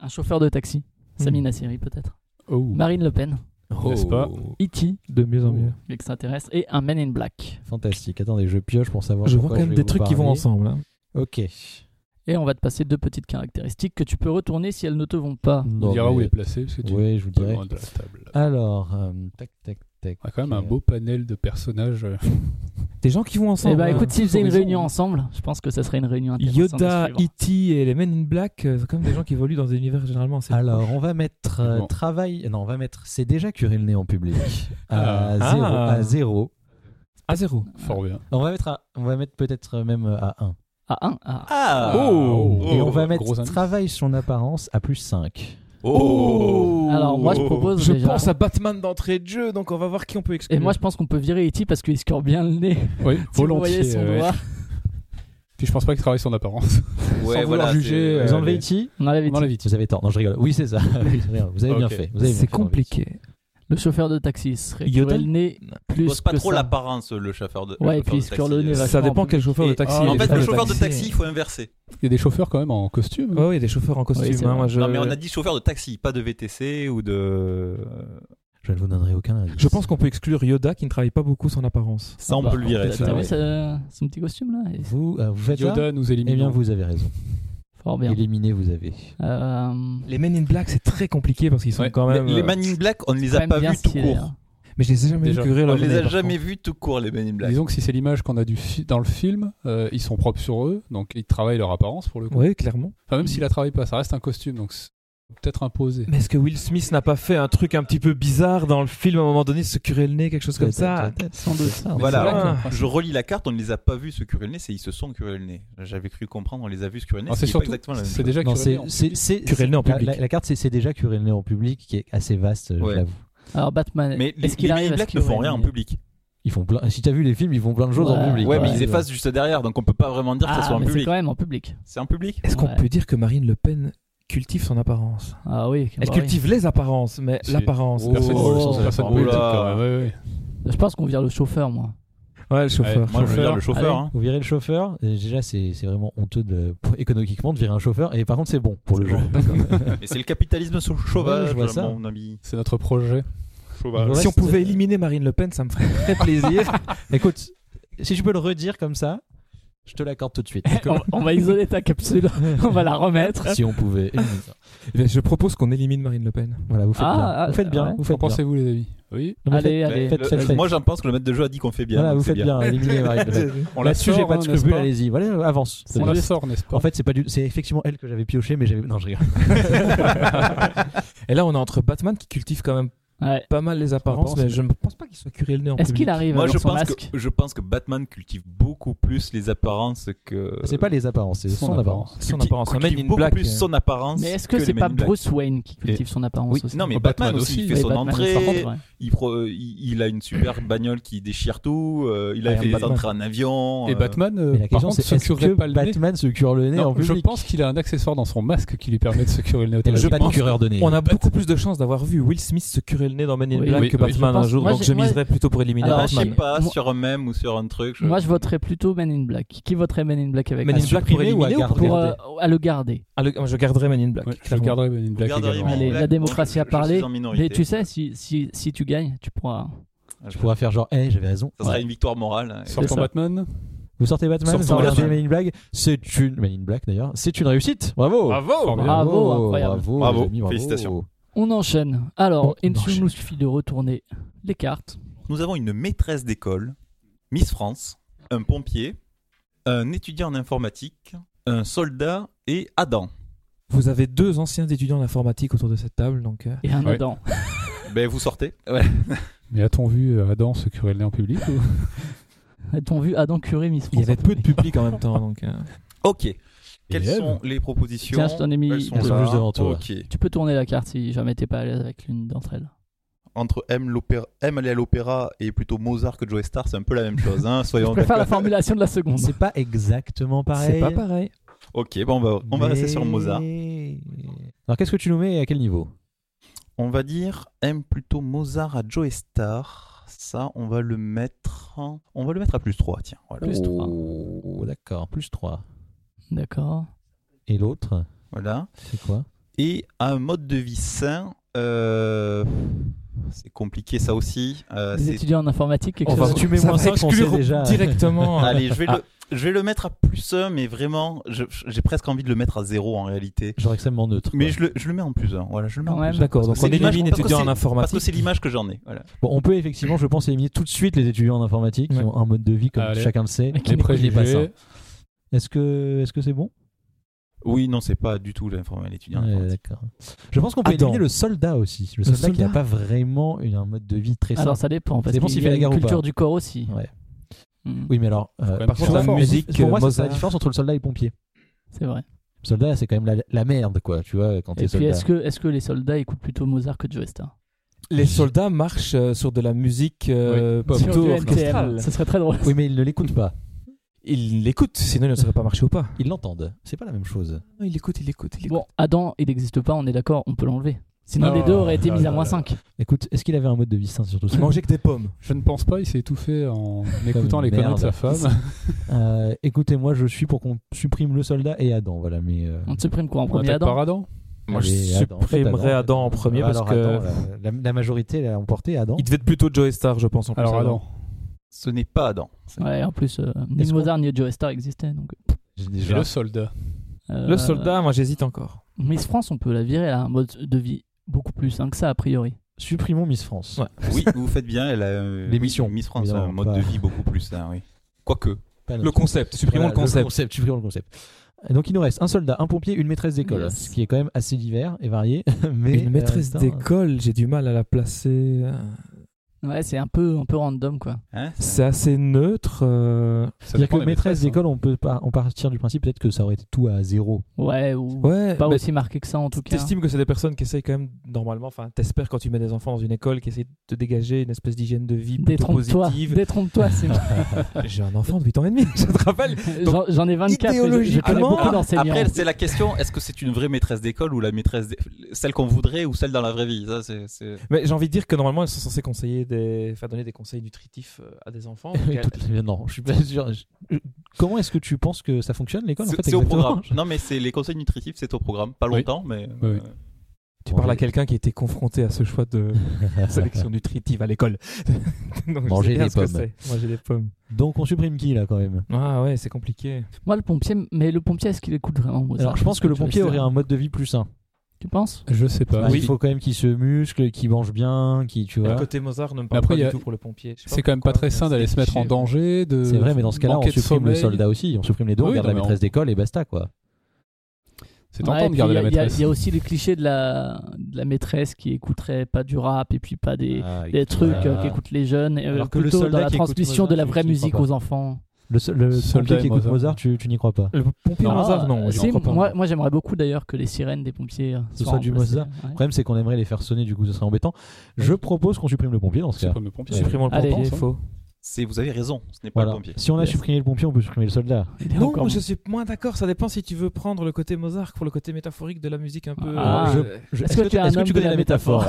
Speaker 4: Un chauffeur de taxi, Samina
Speaker 5: Hmm.
Speaker 4: Seri peut-être.
Speaker 3: Oh.
Speaker 4: Marine Le Pen, E
Speaker 3: N'est-ce pas
Speaker 2: Oh.
Speaker 4: E.T.,
Speaker 5: De mieux en
Speaker 3: Oh.
Speaker 5: mieux.
Speaker 4: l'extraterrestre, et un Man in Black.
Speaker 1: Fantastique. Attendez, je pioche pour savoir.
Speaker 5: Je vois
Speaker 1: pourquoi
Speaker 5: quand même
Speaker 1: vais
Speaker 5: des
Speaker 1: vous
Speaker 5: trucs qui vont
Speaker 1: parler.
Speaker 5: ensemble. hein.
Speaker 1: Ok.
Speaker 4: Et on va te passer deux petites caractéristiques que tu peux retourner si elles ne te vont
Speaker 5: Ah.
Speaker 4: pas.
Speaker 3: On
Speaker 1: Non,
Speaker 3: dira où
Speaker 1: mais-
Speaker 3: il est placé, parce que tu
Speaker 1: Ouais, je vous
Speaker 3: pas
Speaker 1: dirais.
Speaker 3: loin de la table.
Speaker 1: Alors, euh, tac, tac, tac.
Speaker 3: On a quand même un beau panel de personnages. euh,
Speaker 5: Des gens qui vont
Speaker 4: Eh
Speaker 5: ensemble.
Speaker 4: bah
Speaker 5: hein.
Speaker 2: euh,
Speaker 4: écoute, s'ils faisaient une
Speaker 5: Tous horizons.
Speaker 4: réunion ensemble, je pense que ça serait une réunion intéressante. à
Speaker 5: Yoda,
Speaker 4: suivre.
Speaker 5: E.T. et les Men in Black, euh, c'est quand même des gens qui évoluent dans des univers généralement assez
Speaker 1: Alors,
Speaker 5: proches.
Speaker 1: on va mettre euh,
Speaker 3: Bon.
Speaker 1: travail. Non, on va mettre. C'est déjà curé le nez en public.
Speaker 3: [laughs]
Speaker 1: à,
Speaker 5: Ah.
Speaker 1: zéro,
Speaker 5: Ah.
Speaker 1: à zéro.
Speaker 5: à zéro.
Speaker 3: Fort bien.
Speaker 1: On va mettre. à- on va mettre peut-être même euh, à 1
Speaker 4: Ah, un, ah.
Speaker 2: Ah
Speaker 3: Oh.
Speaker 1: Et on va
Speaker 3: gros
Speaker 1: mettre
Speaker 3: indice.
Speaker 1: travail son apparence à plus 5
Speaker 2: Oh.
Speaker 4: Alors moi je propose
Speaker 5: Je
Speaker 4: déjà-
Speaker 5: pense à Batman d'entrée de jeu, donc on va voir qui on peut exclure.
Speaker 4: Et moi je pense qu'on peut virer E.T. parce qu'il score bien le nez. [laughs]
Speaker 3: Oui,
Speaker 4: Si vous voyez
Speaker 3: volontiers.
Speaker 4: son
Speaker 3: euh, ouais.
Speaker 4: doigt.
Speaker 3: Puis je pense pas qu'il travaille son apparence.
Speaker 2: Ouais,
Speaker 3: Sans vouloir
Speaker 2: voilà,
Speaker 3: juger,
Speaker 2: c'est-
Speaker 3: euh,
Speaker 1: Vous enlevez
Speaker 3: allez.
Speaker 1: E.T.
Speaker 4: On enlève E.T.
Speaker 3: Dans la vie.
Speaker 1: Vous avez tort. Non, je rigole. Oui, c'est ça. [laughs] Oui, je rigole. Vous avez bien
Speaker 3: Ok.
Speaker 1: fait. Vous avez bien
Speaker 5: C'est
Speaker 1: fait, Henri.
Speaker 5: compliqué.
Speaker 4: Le chauffeur de taxi serait
Speaker 5: Yoda
Speaker 4: curé le nez plus
Speaker 2: Il pose pas
Speaker 4: que
Speaker 2: trop
Speaker 4: ça.
Speaker 2: l'apparence, le chauffeur de.
Speaker 4: Ouais, et
Speaker 2: le
Speaker 4: puis il
Speaker 2: chauffeur
Speaker 4: score
Speaker 2: de
Speaker 4: le nez
Speaker 2: taxi, euh,
Speaker 5: Ça
Speaker 4: vachement
Speaker 5: dépend
Speaker 4: en
Speaker 5: quel
Speaker 4: public.
Speaker 5: chauffeur de
Speaker 2: Et-
Speaker 5: taxi.
Speaker 2: En
Speaker 3: Ah, Et
Speaker 2: fait,
Speaker 3: le
Speaker 2: le chauffeur de taxi, il faut inverser.
Speaker 3: Il y a des chauffeurs quand même en costume.
Speaker 5: Ouais, Ah oui, des chauffeurs en costume.
Speaker 4: Oui, c'est
Speaker 5: hein,
Speaker 4: vrai.
Speaker 5: moi, je...
Speaker 2: Non, mais on a dit chauffeur de taxi, pas de VTC ou de. euh,
Speaker 1: Je ne vous donnerai aucun indice.
Speaker 5: je pense qu'on peut exclure Yoda qui ne travaille pas beaucoup son apparence.
Speaker 2: Ça, on
Speaker 4: Bah,
Speaker 2: peut le virer.
Speaker 4: T'as
Speaker 2: ça,
Speaker 4: t'as
Speaker 2: ouais.
Speaker 4: vu ça- son petit costume là Et-
Speaker 1: Vous, euh, vous faites ça
Speaker 3: Yoda nous élimine.
Speaker 1: Eh bien, vous avez raison.
Speaker 4: Fort bien.
Speaker 1: Éliminé, vous avez.
Speaker 4: Euh,
Speaker 5: Les Men in Black, c'est très compliqué parce qu'ils sont
Speaker 3: Ouais.
Speaker 5: quand
Speaker 2: Les,
Speaker 5: même.
Speaker 2: les
Speaker 5: euh,
Speaker 2: Man in Black, on ne les
Speaker 4: quand
Speaker 2: a
Speaker 4: même
Speaker 2: pas
Speaker 4: bien
Speaker 2: vus tout
Speaker 4: stylé,
Speaker 2: court.
Speaker 4: hein.
Speaker 5: Mais je les ai jamais
Speaker 3: Déjà.
Speaker 5: vus curer
Speaker 2: On
Speaker 5: leur
Speaker 2: les
Speaker 5: nez,
Speaker 2: a
Speaker 5: par
Speaker 2: jamais vus tout court, les Men in Black.
Speaker 3: Disons que si c'est l'image qu'on a du fi- dans le film, euh, ils sont propres sur eux, donc ils travaillent leur apparence pour le coup.
Speaker 5: contre. Ouais, clairement.
Speaker 3: Enfin, même s'ils la travaillent pas, ça reste un costume, donc c'est peut-être imposé.
Speaker 5: Mais est-ce que Will Smith n'a pas fait un truc un petit peu bizarre dans le film à un moment donné, se curer le nez, quelque chose comme ça
Speaker 4: Sans doute ça.
Speaker 3: Mais
Speaker 2: Voilà.
Speaker 3: c'est vrai que-
Speaker 5: Ah.
Speaker 2: Je relis la carte, on ne les a pas vus se curer le nez, c'est ils se sont curés le nez. J'avais cru comprendre, on les a vus se curer le nez.
Speaker 3: Alors,
Speaker 2: ce
Speaker 3: Ah, c'est
Speaker 2: qui est pas
Speaker 3: surtout,
Speaker 2: exactement la même
Speaker 3: c'est
Speaker 2: chose.
Speaker 3: déjà
Speaker 1: Non,
Speaker 3: curer
Speaker 1: c'est-
Speaker 3: le nez en
Speaker 1: c'est-
Speaker 3: public.
Speaker 1: c'est-
Speaker 5: Curer le nez en
Speaker 1: la-
Speaker 5: public.
Speaker 1: La, la carte, c'est- c'est déjà curer le nez en public, qui est assez vaste, je
Speaker 2: Ouais.
Speaker 1: l'avoue.
Speaker 4: Alors Batman,
Speaker 2: Mais les,
Speaker 4: est-ce qu'il
Speaker 2: les
Speaker 4: arrive
Speaker 2: Men in
Speaker 4: à
Speaker 2: Black
Speaker 4: se
Speaker 2: ne font
Speaker 4: curer
Speaker 2: rien en
Speaker 4: le nez
Speaker 2: public.
Speaker 1: Ils font plein. Si t'as vu les films, ils font plein de choses en
Speaker 4: Ouais.
Speaker 1: public.
Speaker 2: Ouais,
Speaker 1: quoi.
Speaker 2: mais ils effacent juste derrière, donc on peut pas vraiment dire que
Speaker 4: Ah,
Speaker 2: ça soit en
Speaker 4: mais c'est
Speaker 2: public.
Speaker 4: quand même en public.
Speaker 2: C'est un public
Speaker 5: Est-ce qu'on
Speaker 4: Ouais.
Speaker 5: peut dire que Marine Le Pen cultive son apparence
Speaker 4: Ah oui.
Speaker 5: Elle
Speaker 4: bah oui.
Speaker 5: cultive les apparences, mais
Speaker 3: Si.
Speaker 5: l'apparence.
Speaker 3: Oh,
Speaker 5: personne-
Speaker 4: Oh.
Speaker 3: personne- personne
Speaker 2: Oh là.
Speaker 3: politique, quand même, ouais, ouais.
Speaker 4: Je pense qu'on vire le chauffeur, moi.
Speaker 5: Ouais, le chauffeur.
Speaker 3: Ouais,
Speaker 2: Moi, je veux dire
Speaker 3: Chauffeur.
Speaker 2: le chauffeur.
Speaker 4: Allez.
Speaker 2: hein.
Speaker 1: Vous virez le chauffeur. euh, Déjà, c'est c'est vraiment honteux de, pour- économiquement de virer un chauffeur. Et par contre, c'est bon pour le jeu.
Speaker 2: hein. Mais c'est le capitalisme sous le
Speaker 1: Ouais,
Speaker 2: chauvage,
Speaker 1: je vois ça.
Speaker 2: mon ami.
Speaker 3: C'est notre projet.
Speaker 1: Le
Speaker 5: Si on
Speaker 1: reste,
Speaker 5: pouvait
Speaker 1: euh,
Speaker 5: éliminer Marine Le Pen, ça me ferait très plaisir.
Speaker 1: [laughs] Écoute, si je peux le redire comme ça, je te l'accorde tout de suite.
Speaker 4: on, on va isoler ta capsule, [laughs] on va la remettre.
Speaker 1: si on pouvait.
Speaker 5: Eh bien, je propose qu'on élimine Marine Le Pen.
Speaker 1: Voilà, vous faites
Speaker 4: Ah,
Speaker 1: bien.
Speaker 4: ah,
Speaker 1: vous faites bien.
Speaker 4: ouais.
Speaker 1: Vous
Speaker 3: Qu'en
Speaker 1: faites bien.
Speaker 3: pensez-vous, les amis Oui.
Speaker 1: Non, mais
Speaker 4: Allez,
Speaker 1: faites-
Speaker 4: allez.
Speaker 1: faites-
Speaker 2: Le-
Speaker 1: faites- faites.
Speaker 2: Euh, Moi, j'en pense que le maître de jeu a dit qu'on fait bien.
Speaker 1: Voilà,
Speaker 2: donc
Speaker 1: vous
Speaker 2: c'est
Speaker 1: faites
Speaker 2: bien.
Speaker 1: bien. Éliminez Marie Le Pen.
Speaker 2: On la
Speaker 1: Là-dessus,
Speaker 3: sort,
Speaker 1: j'ai pas
Speaker 3: hein,
Speaker 1: de
Speaker 3: n'est-ce
Speaker 1: scrupule.
Speaker 3: pas
Speaker 1: Allez-y. Voilà, avance.
Speaker 3: On la
Speaker 1: Déjà-
Speaker 3: sort, n'est-ce pas
Speaker 1: En fait, c'est pas du. C'est effectivement elle que j'avais pioché, mais j'avais. Non, je rigole.
Speaker 5: Et là, on est entre Batman qui cultive quand même
Speaker 4: Ouais.
Speaker 5: pas mal les apparences,
Speaker 3: pense,
Speaker 5: mais
Speaker 3: mais-
Speaker 5: je ne pense pas qu'il soit curé le nez en
Speaker 4: Est-ce
Speaker 5: public.
Speaker 4: qu'il arrive
Speaker 2: Moi,
Speaker 4: à
Speaker 2: je
Speaker 4: avoir son
Speaker 2: pense,
Speaker 4: masque
Speaker 2: que, je pense que Batman cultive beaucoup plus les apparences que.
Speaker 1: Ah, C'est pas les apparences, c'est son,
Speaker 3: Son
Speaker 1: apparence.
Speaker 5: Son
Speaker 2: qui-
Speaker 5: apparence, un
Speaker 2: cultive
Speaker 5: Men in
Speaker 2: beaucoup
Speaker 5: Black.
Speaker 2: plus son apparence.
Speaker 4: Mais est-ce que
Speaker 2: les
Speaker 4: c'est
Speaker 2: Men
Speaker 4: pas
Speaker 2: in Black.
Speaker 4: Bruce Wayne qui cultive son apparence
Speaker 2: Oui,
Speaker 4: aussi
Speaker 2: non, mais
Speaker 3: Oh,
Speaker 2: Batman,
Speaker 3: Batman
Speaker 2: aussi,
Speaker 3: aussi,
Speaker 2: il fait
Speaker 4: Oui,
Speaker 2: son
Speaker 4: Batman,
Speaker 2: entrée.
Speaker 4: par contre, ouais.
Speaker 2: il, pro- il, il a une super bagnole qui déchire tout. euh, il a
Speaker 5: I am
Speaker 2: fait des
Speaker 5: Batman.
Speaker 2: entrées en avion.
Speaker 3: Et
Speaker 2: euh,
Speaker 3: Batman, euh,
Speaker 1: Mais la
Speaker 3: par
Speaker 1: question,
Speaker 3: contre,
Speaker 1: c'est
Speaker 3: se
Speaker 1: est-ce
Speaker 3: curerait
Speaker 1: que
Speaker 3: pas le nez.
Speaker 1: Batman se cure le nez
Speaker 3: Non,
Speaker 1: en
Speaker 3: je
Speaker 1: public
Speaker 3: pense qu'il a un accessoire dans son masque qui lui permet de se curer le nez au
Speaker 1: Il
Speaker 3: téléphone.
Speaker 1: a pas
Speaker 5: pense-
Speaker 1: de cureur de nez.
Speaker 5: On a beaucoup plus de chances d'avoir vu Will Smith se curer le nez dans Men in
Speaker 4: Oui,
Speaker 5: Black
Speaker 3: oui,
Speaker 5: que
Speaker 3: oui,
Speaker 5: Batman
Speaker 4: je pense-
Speaker 5: un jour,
Speaker 4: moi,
Speaker 5: donc
Speaker 4: j'ai-
Speaker 5: je
Speaker 4: moi-
Speaker 5: miserais plutôt pour éliminer
Speaker 4: Alors,
Speaker 2: Ah, je sais
Speaker 5: Batman.
Speaker 2: pas,
Speaker 4: Moi-
Speaker 2: sur un mème ou sur un truc. je-
Speaker 4: Moi, je voterais plutôt Men in Black. Qui voterait Men in Black avec
Speaker 5: Men
Speaker 4: un
Speaker 5: in Black pour
Speaker 1: supprimer ou à
Speaker 5: éliminer ou pour
Speaker 1: garder
Speaker 4: pour
Speaker 5: garder
Speaker 4: euh, à le garder.
Speaker 5: Ah, le- Je garderai Men in Black.
Speaker 3: Ouais, je
Speaker 5: clairement.
Speaker 3: garderai Ben in
Speaker 2: Vous
Speaker 3: Black
Speaker 2: garderez
Speaker 3: également.
Speaker 2: Men in
Speaker 4: Allez,
Speaker 2: Black,
Speaker 4: la
Speaker 2: donc
Speaker 4: démocratie
Speaker 2: je-
Speaker 4: a
Speaker 2: je
Speaker 4: parlé,
Speaker 2: suis en minorité.
Speaker 4: Mais tu sais, si, si, si tu gagnes, tu pourras.
Speaker 1: Tu pourras faire genre, eh, j'avais raison.
Speaker 2: Ça serait une victoire morale. hein.
Speaker 3: Sortons
Speaker 4: C'est ça.
Speaker 3: Batman.
Speaker 1: Vous sortez Batman,
Speaker 2: Sortons
Speaker 1: vous regardez
Speaker 2: Batman.
Speaker 1: Men in Black. C'est une Men in Black d'ailleurs. C'est une réussite. Bravo.
Speaker 3: Bravo
Speaker 4: Bravo, incroyable.
Speaker 1: Bravo,
Speaker 2: Bravo,
Speaker 1: les amis, bravo.
Speaker 2: félicitations.
Speaker 4: On enchaîne. Alors,
Speaker 1: Bon,
Speaker 4: il
Speaker 1: on
Speaker 4: me sou-
Speaker 1: enchaîne.
Speaker 4: nous suffit de retourner les cartes.
Speaker 2: Nous avons une maîtresse d'école, Miss France, un pompier, un étudiant en informatique, un soldat et Adam.
Speaker 5: Vous avez deux anciens étudiants d'informatique autour de cette table, donc. euh,
Speaker 4: Et un
Speaker 3: Ouais.
Speaker 4: Adam. [laughs]
Speaker 2: Ben vous sortez.
Speaker 3: Mais a-t-on vu euh, Adam se curer le nez en public ou-
Speaker 4: A-t-on vu Adam curer Miss
Speaker 5: Il y
Speaker 4: France
Speaker 5: avait
Speaker 4: en
Speaker 5: peu de
Speaker 4: public
Speaker 5: public en même temps, donc. euh,
Speaker 2: Ok. Quelles
Speaker 3: Élève.
Speaker 2: sont les propositions
Speaker 4: Tiens, je t'en ai mis
Speaker 2: Elles sont
Speaker 4: deux
Speaker 2: là.
Speaker 1: plus devant toi.
Speaker 2: Ok.
Speaker 4: Tu peux tourner la carte si jamais t'es pas à l'aise avec l'une d'entre elles.
Speaker 2: Entre aime, l'opéra, aime aller à l'opéra et plutôt Mozart que Joe Star, c'est un peu la même chose.
Speaker 4: [laughs]
Speaker 2: Hein,
Speaker 4: Je
Speaker 2: soyons
Speaker 4: préfère la
Speaker 2: d'accord.
Speaker 4: formulation de la seconde.
Speaker 1: C'est pas exactement pareil.
Speaker 5: C'est pas pareil.
Speaker 2: Ok, bon, on va, on va rester sur Mozart.
Speaker 1: Alors qu'est-ce que tu nous mets et à quel niveau
Speaker 2: On va dire aime plutôt Mozart à Joe Star. Ça, on va le mettre. On va le mettre à plus 3, tiens. Voilà.
Speaker 4: Plus trois.
Speaker 1: Oh, d'accord, plus 3.
Speaker 4: D'accord.
Speaker 1: Et l'autre,
Speaker 2: Oh, Voilà.
Speaker 1: c'est quoi
Speaker 2: Et à un mode de vie sain. euh, C'est compliqué ça aussi. Euh,
Speaker 4: Des
Speaker 2: c'est-
Speaker 4: étudiants en informatique, quelque
Speaker 5: On va
Speaker 4: chose. Ah
Speaker 1: Si tu mets
Speaker 5: ça
Speaker 1: moins
Speaker 5: va
Speaker 1: cinq, on
Speaker 5: exclure
Speaker 1: sait déjà.
Speaker 5: [laughs] directement. euh,
Speaker 2: Allez, je vais, le, je vais le mettre à plus 1, mais vraiment, je- j'ai presque envie de le mettre à 0 en réalité.
Speaker 1: Genre extrêmement neutre.
Speaker 2: Mais
Speaker 1: quoi.
Speaker 2: je le, je le mets en plus 1. Voilà, je le mets en
Speaker 4: Quand même.
Speaker 2: plus un.
Speaker 5: D'accord, donc
Speaker 2: Parce que
Speaker 5: on
Speaker 2: c'est l'image-
Speaker 5: élimine
Speaker 2: parce que
Speaker 5: étudiants en
Speaker 2: c'est- Parce que
Speaker 5: informatique.
Speaker 2: c'est l'image que j'en ai. Voilà.
Speaker 1: Bon, on peut effectivement, je pense, éliminer tout de suite les étudiants en informatique qui
Speaker 5: Ouais.
Speaker 1: ont un mode de vie comme
Speaker 3: Allez.
Speaker 1: chacun le sait.
Speaker 4: Avec
Speaker 1: Je
Speaker 3: Les
Speaker 1: n'écoute les passants.
Speaker 3: préjugés.
Speaker 1: Est-ce que est-ce que c'est bon
Speaker 2: Oui, non, c'est pas du tout l'information l'étudiant.
Speaker 1: Ouais,
Speaker 2: informatique.
Speaker 1: D'accord. Je pense qu'on peut
Speaker 5: Attends.
Speaker 1: éliminer le soldat aussi. Le soldat, qui n'a
Speaker 5: soldat.
Speaker 1: pas vraiment une- un mode de vie très simple.
Speaker 4: Alors ça dépend. Parce
Speaker 1: dépend
Speaker 4: qu'il
Speaker 1: s'il
Speaker 4: y a
Speaker 1: fait la
Speaker 4: une
Speaker 1: guerre ou
Speaker 4: culture
Speaker 1: pas.
Speaker 4: du corps aussi.
Speaker 1: Ouais.
Speaker 4: Mm,
Speaker 1: Oui, mais alors, euh,
Speaker 3: même
Speaker 1: par
Speaker 3: qu'il
Speaker 1: contre,
Speaker 3: soit
Speaker 1: la
Speaker 3: fort.
Speaker 1: musique,
Speaker 5: Pour
Speaker 1: pour moi,
Speaker 5: moi, c'est
Speaker 1: c'est la
Speaker 5: ça.
Speaker 1: différence entre le soldat et le pompier.
Speaker 4: C'est vrai.
Speaker 1: Le soldat, c'est quand même la, la merde, quoi, tu vois, quand
Speaker 4: Et
Speaker 1: t'es
Speaker 4: puis
Speaker 1: soldat.
Speaker 4: est-ce que, est que les soldats écoutent plutôt Mozart que Joe Star
Speaker 5: Les soldats marchent euh, sur de la musique euh,
Speaker 3: Oui.
Speaker 4: Sur
Speaker 5: plutôt
Speaker 4: du
Speaker 5: orchestrale.
Speaker 4: NTM, Ça serait très drôle.
Speaker 1: Oui, mais ils ne l'écoutent pas.
Speaker 5: Ils l'écoutent, sinon ils ne sauraient pas marcher au pas.
Speaker 1: Ils l'entendent. C'est pas la même chose.
Speaker 5: Non, il écoute, il écoute, il
Speaker 4: Bon, Adam, il n'existe pas, on est d'accord, on peut l'enlever. Sinon,
Speaker 3: Ah,
Speaker 4: les deux auraient été
Speaker 3: là,
Speaker 4: mis à
Speaker 3: là,
Speaker 4: moins
Speaker 3: là.
Speaker 4: 5.
Speaker 1: Écoute, est-ce qu'il avait un mode de vie sain surtout
Speaker 5: Il mangeait que des pommes.
Speaker 3: Je ne pense pas, il s'est étouffé en écoutant les
Speaker 1: merde.
Speaker 3: conneries de sa femme.
Speaker 1: Euh, Écoutez-moi, je suis pour qu'on supprime le soldat et Adam, voilà, mais. euh,
Speaker 4: On te supprime quoi en
Speaker 3: On
Speaker 4: premier
Speaker 3: attaque par
Speaker 4: Adam
Speaker 3: Adam
Speaker 5: Moi,
Speaker 1: allez,
Speaker 5: je
Speaker 1: Adam, en fait,
Speaker 5: supprimerais
Speaker 1: Adam,
Speaker 5: Adam en premier
Speaker 1: Ah,
Speaker 5: parce
Speaker 1: alors,
Speaker 5: que
Speaker 1: Adam, la, la- la majorité l'a emporté, Adam.
Speaker 5: il devait être plutôt Joe Star, je pense. En plus,
Speaker 3: Alors Adam.
Speaker 2: Ce n'est pas Adam. C'est-
Speaker 4: Ouais, en plus, euh, ni
Speaker 1: Est-ce qu'on-
Speaker 4: Mozart ni Joe Star existaient. Donc,
Speaker 1: J'ai
Speaker 3: Et
Speaker 1: déjà-
Speaker 3: le soldat.
Speaker 4: euh,
Speaker 5: Le soldat, moi, j'hésite encore.
Speaker 4: Miss France, on peut la virer, là, un mode de vie beaucoup plus sain que ça, a priori.
Speaker 1: Supprimons Miss France.
Speaker 5: Ouais.
Speaker 2: Oui, vous faites bien. Elle a, euh,
Speaker 1: Les
Speaker 2: oui,
Speaker 1: missions,
Speaker 2: Miss France a
Speaker 1: évidemment,
Speaker 2: un mode
Speaker 1: pas-
Speaker 2: de vie beaucoup plus. hein, oui. Quoique.
Speaker 1: Pas
Speaker 5: Le
Speaker 1: notre-
Speaker 5: concept, supprimons
Speaker 1: Voilà,
Speaker 5: le concept.
Speaker 1: Supprimons le concept. Et donc il nous reste un soldat, un pompier, une maîtresse d'école,
Speaker 4: Yes.
Speaker 1: ce qui est quand même assez divers et varié. [laughs] Mais
Speaker 5: Une maîtresse
Speaker 1: euh, putain,
Speaker 5: d'école, j'ai du mal à la placer. euh,
Speaker 4: Ouais, c'est un peu, un peu random quoi.
Speaker 2: Hein, ça-
Speaker 5: C'est assez neutre. euh,
Speaker 2: ça
Speaker 1: C'est-à-dire que
Speaker 2: dépend
Speaker 1: maîtresse
Speaker 2: des maîtresses, hein.
Speaker 1: d'école, on peut pas, on partir du principe peut-être que ça aurait été tout à
Speaker 5: [laughs]
Speaker 1: zéro.
Speaker 4: Ouais, ou
Speaker 5: Ouais,
Speaker 4: pas
Speaker 5: mais
Speaker 4: aussi marqué que ça en tout cas.
Speaker 5: T'estimes que c'est des personnes qui essayent quand même normalement, enfin, t'espères quand tu mets des enfants dans une école, qui essayent de dégager une espèce d'hygiène de vie plutôt
Speaker 4: Détrompe-toi,
Speaker 5: positive.
Speaker 4: détrompe-toi, c'est
Speaker 1: [laughs]
Speaker 5: J'ai un enfant de 8 ans et demi, [laughs] je te rappelle.
Speaker 4: J'en- J'en ai 24, je, je connais
Speaker 5: idéologiquement,
Speaker 4: beaucoup
Speaker 2: Après,
Speaker 4: d'enseignants.
Speaker 2: c'est la question est-ce que c'est une vraie maîtresse d'école ou la maîtresse, d'é- celle qu'on voudrait ou celle dans la vraie vie Ça, c'est- c'est-
Speaker 5: Mais j'ai envie de dire que normalement, elles sont censées conseiller des... enfin, donner des conseils nutritifs euh, à
Speaker 1: [laughs]
Speaker 5: des enfants. donc
Speaker 1: Et
Speaker 5: elles-
Speaker 1: toutes les- Non, je suis pas sûr. Je- je- Comment est-ce que tu penses que ça fonctionne l'école en
Speaker 2: C'est
Speaker 1: fait
Speaker 2: c'est au
Speaker 1: exactement
Speaker 2: programme. Non, mais c'est les conseils nutritifs, c'est au programme. Pas
Speaker 3: Oui.
Speaker 2: longtemps, mais.
Speaker 3: Oui.
Speaker 2: euh,
Speaker 5: Tu parles à quelqu'un qui était confronté à ce choix de
Speaker 1: [laughs]
Speaker 5: sélection nutritive à l'école. [laughs] Donc, je
Speaker 1: Manger
Speaker 5: sais bien
Speaker 1: des
Speaker 5: ce que
Speaker 1: pommes.
Speaker 5: c'est. Manger des pommes.
Speaker 1: Donc on supprime qui là quand même
Speaker 5: Ah ouais, c'est compliqué.
Speaker 4: Moi, le pompier, mais le pompier, est-ce qu'il écoute vraiment moi,
Speaker 1: Alors
Speaker 4: ça,
Speaker 1: je pense que le
Speaker 4: tu vois,
Speaker 1: pompier
Speaker 4: c'est-
Speaker 1: aurait un mode de vie plus sain.
Speaker 4: Tu penses
Speaker 3: hein. Je sais pas.
Speaker 1: Il faut quand même qu'il se muscle, qu'il mange bien, qu'il tu
Speaker 5: Le
Speaker 1: vois.
Speaker 5: côté Mozart ne me parle
Speaker 3: Après, il y
Speaker 5: pas
Speaker 3: a-
Speaker 5: du tout pour le pompier. Je sais
Speaker 3: C'est quand même pas
Speaker 5: pourquoi,
Speaker 3: très
Speaker 5: mais
Speaker 3: sain d'aller
Speaker 5: c'est
Speaker 3: se mettre en
Speaker 5: cliché.
Speaker 3: danger. De
Speaker 1: C'est vrai, mais dans ce cas-là, on
Speaker 3: Euh, manquer de
Speaker 1: supprime le
Speaker 3: sommeil.
Speaker 1: soldat aussi. On supprime les deux,
Speaker 3: Oui,
Speaker 1: on garde
Speaker 3: non,
Speaker 1: la
Speaker 3: mais on-
Speaker 1: maîtresse d'école et basta quoi.
Speaker 3: C'est
Speaker 4: Ouais,
Speaker 3: tentant de
Speaker 4: puis
Speaker 3: garder
Speaker 4: il y
Speaker 3: la
Speaker 4: a- il y a-
Speaker 3: maîtresse.
Speaker 4: Il y, a aussi le cliché de la, de la maîtresse qui écouterait pas du rap et puis pas des,
Speaker 1: Ah,
Speaker 4: des trucs
Speaker 1: voilà.
Speaker 4: euh, qu'écoutent les jeunes. et, euh,
Speaker 1: Alors que le
Speaker 4: plutôt
Speaker 1: soldat
Speaker 4: dans la
Speaker 1: qui écoute
Speaker 4: transmission de la
Speaker 1: Mozart,
Speaker 4: vraie
Speaker 1: je n'y crois
Speaker 4: musique
Speaker 1: pas.
Speaker 4: aux enfants.
Speaker 1: Le, so- le pompier
Speaker 3: Soldat et
Speaker 1: qui écoute
Speaker 3: Mozart.
Speaker 1: Mozart, tu, tu n'y crois pas.
Speaker 5: Le pompier
Speaker 4: Ah,
Speaker 5: Mozart, non,
Speaker 4: euh,
Speaker 5: j'y
Speaker 4: si,
Speaker 5: crois pas.
Speaker 4: Moi, moi, j'aimerais beaucoup d'ailleurs que les sirènes des pompiers euh,
Speaker 1: Ce
Speaker 4: soient
Speaker 1: soit du
Speaker 4: remplacées.
Speaker 1: Mozart.
Speaker 4: Ouais.
Speaker 1: Le problème, c'est qu'on aimerait les faire sonner, du coup, ce serait embêtant. Je propose qu'on supprime le pompier dans ce cas.
Speaker 3: Supprime le pompier.
Speaker 5: Supprimons le
Speaker 4: Allez,
Speaker 5: pompier,
Speaker 4: il
Speaker 5: il faut.
Speaker 2: c'est- vous avez raison, ce n'est pas
Speaker 1: Voilà.
Speaker 2: le pompier.
Speaker 1: Si on a
Speaker 4: Yes.
Speaker 1: supprimé le pompier, on peut supprimer le soldat.
Speaker 4: Il est
Speaker 5: Non,
Speaker 4: encore-
Speaker 5: je suis moins d'accord. Ça dépend si tu veux prendre le côté Mozart pour le côté métaphorique de la musique un peu.
Speaker 4: Ah.
Speaker 5: euh,
Speaker 1: Je-
Speaker 4: Est-ce que t'es un
Speaker 1: est-ce que
Speaker 4: homme
Speaker 1: tu
Speaker 4: de
Speaker 1: connais
Speaker 4: la
Speaker 1: la métaphore